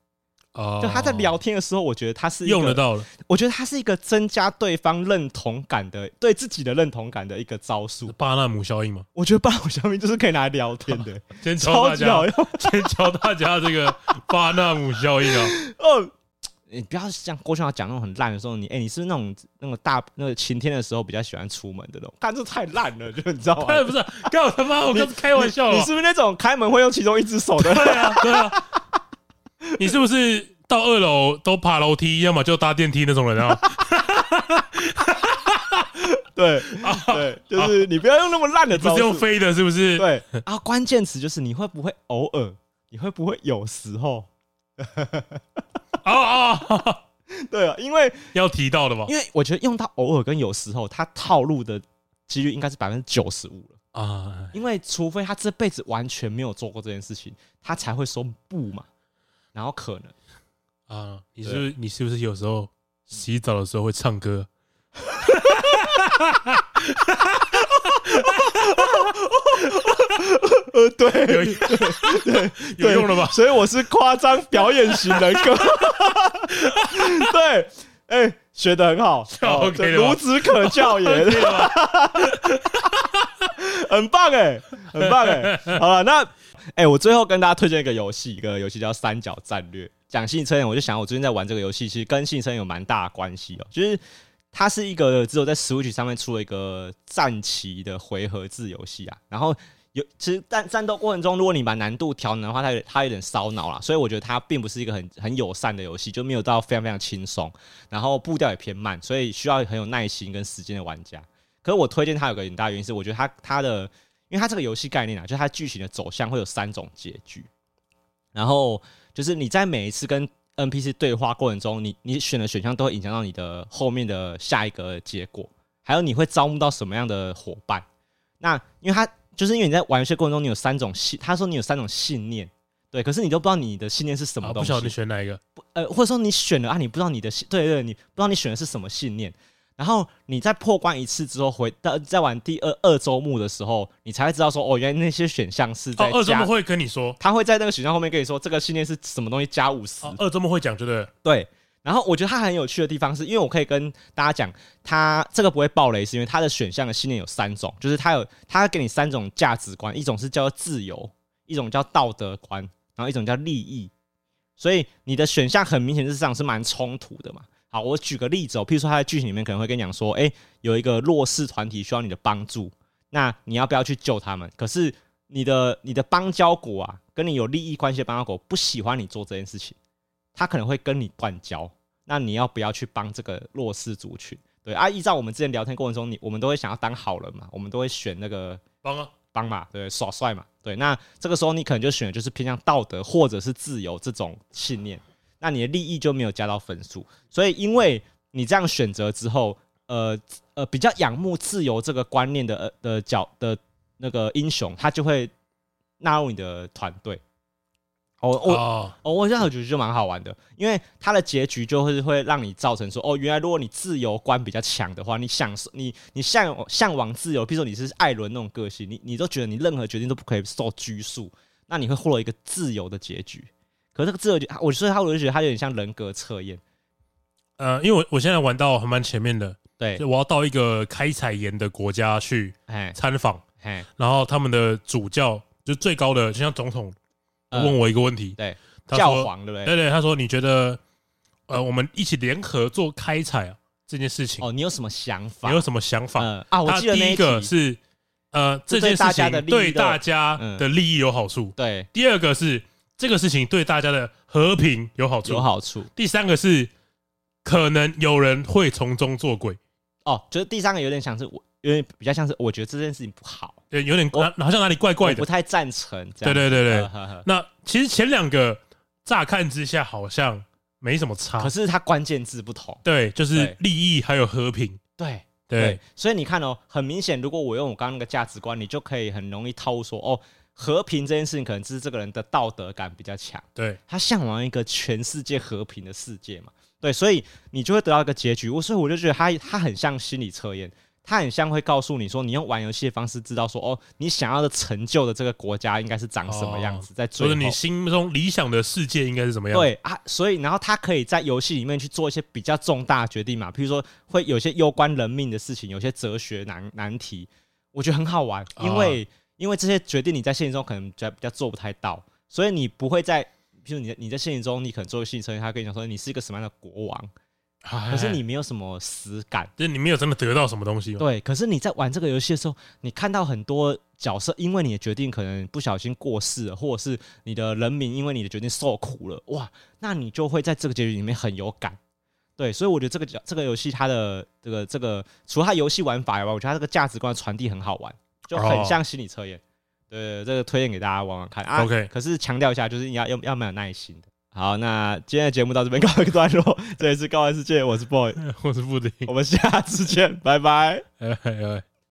Speaker 1: 哦，
Speaker 2: 就他在聊天的时候，我觉得他是一个
Speaker 1: 用得，到了，
Speaker 2: 我觉得他是一个增加对方认同感的，对自己的认同感的一个招数。
Speaker 1: 巴纳姆效应嘛。
Speaker 2: 我觉得八五小明就是可以拿来聊天的，
Speaker 1: 先教
Speaker 2: 超
Speaker 1: 大
Speaker 2: 级
Speaker 1: 家
Speaker 2: 好，用。
Speaker 1: 先教大家这个巴纳姆效应啊。
Speaker 2: 哦，你不要像郭轩豪讲那种很烂的时候，你哎、你是不是那种那种大那个晴天的时候比较喜欢出门的那种？看这太烂了，就你知道 吗？
Speaker 1: 哎，不是，干我他妈，我刚是开玩笑
Speaker 2: 你
Speaker 1: 了
Speaker 2: 你。是不是那种开门会用其中一只手 的？
Speaker 1: 对啊，对啊。你是不是到二楼都爬楼梯，要么就搭电梯那种人 啊？
Speaker 2: 对对，啊就是你不要用那么烂的
Speaker 1: 不
Speaker 2: 招
Speaker 1: 是
Speaker 2: 数。
Speaker 1: 用飞的，是不是？
Speaker 2: 对啊，关键词就是你会不会偶尔你会不会有时候？
Speaker 1: 啊啊啊！啊
Speaker 2: 对啊，因为
Speaker 1: 要提到的吧？
Speaker 2: 因为我觉得用到偶尔跟有时候，他套路的几率应该是百分之九十五了。
Speaker 1: 啊，
Speaker 2: 因为除非他这辈子完全没有做过这件事情，他才会说不嘛。然后可能
Speaker 1: 啊，你是不是你是不是有时候洗澡的时候会唱歌？
Speaker 2: 呃， 对，
Speaker 1: 有 有用了吧？
Speaker 2: 所以我是夸张表演型人格。 对，哎、学的很 好，
Speaker 1: OK
Speaker 2: 这
Speaker 1: 哦了吧
Speaker 2: 孺子可 教也。
Speaker 1: 对吧？
Speaker 2: 很棒哎、很棒哎、好了，那哎、我最后跟大家推荐一个游戏，一个游戏叫《三角战略》。讲新生，我就想我最近在玩这个游戏，其实跟新生有蛮大的关系哦、就是它是一个只有在 Switch 上面出了一个战棋的回合制游戏啊，然后。有，其实战战斗过程中，如果你把难度调难的话，它有它有点烧脑啦，所以我觉得它并不是一个很很友善的游戏，就没有到非常非常轻松，然后步调也偏慢，所以需要很有耐心跟时间的玩家。可是我推荐它有个很大的原因是，我觉得它它的，因为它这个游戏概念啊，就是它剧情的走向会有三种结局，然后就是你在每一次跟 NPC 对话过程中，你你选的选项都会影响到你的后面的下一个结果，还有你会招募到什么样的伙伴。那因为它就是因为你在玩游戏过程中，你有三种信，他说你有三种信念，对，可是你都不知道你的信念是什么
Speaker 1: 啊
Speaker 2: 东
Speaker 1: 不
Speaker 2: 西。
Speaker 1: 晓得你选哪一个
Speaker 2: 呃，或者说你选了啊，你不知道你的信对对，你不知道你选的是什么信念。然后你在破关一次之后回到在玩第二二周目的时候，你才会知道说哦，原来那些选项是
Speaker 1: 哦
Speaker 2: 在，
Speaker 1: 二周
Speaker 2: 加，
Speaker 1: 末会跟你说，
Speaker 2: 他会在那个选项后面跟你说这个信念是什么东西加五十、
Speaker 1: 哦，二周末会讲，就对了。
Speaker 2: 对。然后我觉得它很有趣的地方是，因为我可以跟大家讲，它这个不会爆雷，是因为它的选项的信念有三种，就是它有它给你三种价值观，一种是叫自由，一种叫道德观，然后一种叫利益。所以你的选项很明显是这样，是蛮冲突的嘛。好，我举个例子哦，譬如说它在剧情里面可能会跟你讲说，诶，有一个弱势团体需要你的帮助，那你要不要去救他们？可是你的你的邦交国啊，跟你有利益关系的邦交国不喜欢你做这件事情。他可能会跟你断交，那你要不要去帮这个弱势族群？对啊，依照我们之前聊天过程中，你我们都会想要当好人嘛，我们都会选那个
Speaker 1: 帮啊，
Speaker 2: 帮嘛，对，耍帅嘛，对。那这个时候你可能就选的就是偏向道德或者是自由这种信念，那你的利益就没有加到分数。所以因为你这样选择之后，呃呃，比较仰慕自由这个观念的呃的角的那个英雄，他就会纳入你的团队。哦，我、
Speaker 1: 哦，
Speaker 2: 哦，我这样觉得就蛮好玩的，因为它的结局就会会让你造成说，哦，原来如果你自由观比较强的话，你享受你你向往向往自由，比如说你是艾伦那种个性，你你都觉得你任何决定都不可以受拘束，那你会获得一个自由的结局。可是这个自由结，我所以他我就觉得它有点像人格测验，
Speaker 1: 呃，因为我我现在玩到还蛮前面的，
Speaker 2: 对
Speaker 1: 就，我要到一个开采盐的国家去
Speaker 2: 哎
Speaker 1: 参访，
Speaker 2: 哎，
Speaker 1: 然后他们的主教就最高的，就像总统
Speaker 2: 呃
Speaker 1: 问我一个问题，
Speaker 2: 对，
Speaker 1: 他
Speaker 2: 教
Speaker 1: 说，
Speaker 2: 皇对不嗯对？
Speaker 1: 对对，他说你觉得呃，我们一起联合做开采啊这件事情，
Speaker 2: 哦，你有什么想法？
Speaker 1: 你有什么想法？
Speaker 2: 嗯啊，我
Speaker 1: 他
Speaker 2: 记得
Speaker 1: 第
Speaker 2: 那
Speaker 1: 一个
Speaker 2: 题
Speaker 1: 是呃，这件
Speaker 2: 对大
Speaker 1: 事
Speaker 2: 家的
Speaker 1: 情
Speaker 2: 利
Speaker 1: 对
Speaker 2: 益的
Speaker 1: 大家
Speaker 2: 嗯
Speaker 1: 的利益有好处；
Speaker 2: 对
Speaker 1: 第二个是这个事情对大家的和平有好处
Speaker 2: 有；好处
Speaker 1: 第三个是可能有人会从中作鬼，
Speaker 2: 哦，就是第三个有点像是我，有点比较像是我觉得这件事情不好。
Speaker 1: 对，有点
Speaker 2: 我
Speaker 1: 哪好像哪里怪怪
Speaker 2: 我不
Speaker 1: 的。
Speaker 2: 太赞成这
Speaker 1: 对
Speaker 2: 样。
Speaker 1: 对对对
Speaker 2: 呵。呵呵
Speaker 1: 那其实前两个乍看之下好像没什么
Speaker 2: 可
Speaker 1: 差，
Speaker 2: 是它关键字不同，
Speaker 1: 对，就是
Speaker 2: 对
Speaker 1: 利益还有和平，
Speaker 2: 对
Speaker 1: 对，，
Speaker 2: 所以你看哦，很明显，如果我用我刚刚那个价值观，你就可以很容易套说哦，和平这件事情可能只是这个人的道德感比较强，
Speaker 1: 对，
Speaker 2: 他向往一个全世界和平的世界嘛，对，所以你就会得到一个结局。我所以我就觉得它它很像心理测验。它很像会告诉你说，你用玩游戏的方式知道说，哦，你想要的成就的这个国家应该是长什么样子，在
Speaker 1: 所
Speaker 2: 最
Speaker 1: 以
Speaker 2: 后
Speaker 1: 哦你心目中理想的世界应该是怎么样？
Speaker 2: 对啊，所以然后他可以在游戏里面去做一些比较重大的决定嘛，譬如说会有些攸关人命的事情，有些哲学难难题，我觉得很好玩，因为、因为这些决定你在现实中可能比较比较做不太到，所以你不会在譬如你在你在现实中你可能做一个心理测验，他跟你讲说你是一个什么样的国王，
Speaker 1: 哎，
Speaker 2: 可是你没有什么实感。
Speaker 1: 就是你没有真的得到什么东西嘛？
Speaker 2: 对，可是你在玩这个游戏的时候，你看到很多角色因为你的决定可能不小心过世了，或者是你的人民因为你的决定受苦了，哇，那你就会在这个结局里面很有感。对，所以我觉得这个角这个游戏它的这个这个，除了它游戏玩法以外，我觉得它这个价值观传递很好玩，就很
Speaker 1: 哦
Speaker 2: 像心理测验。对，这个推荐给大家玩玩看啊。
Speaker 1: OK
Speaker 2: 可是强调一下，就是你要要要蛮有耐心的。好，那今天的节目到这边告一个 段 落，这里是高玩世界，我是 boy，
Speaker 1: 我是布丁，
Speaker 2: 我们下次见，拜拜。
Speaker 1: 哎哎哎。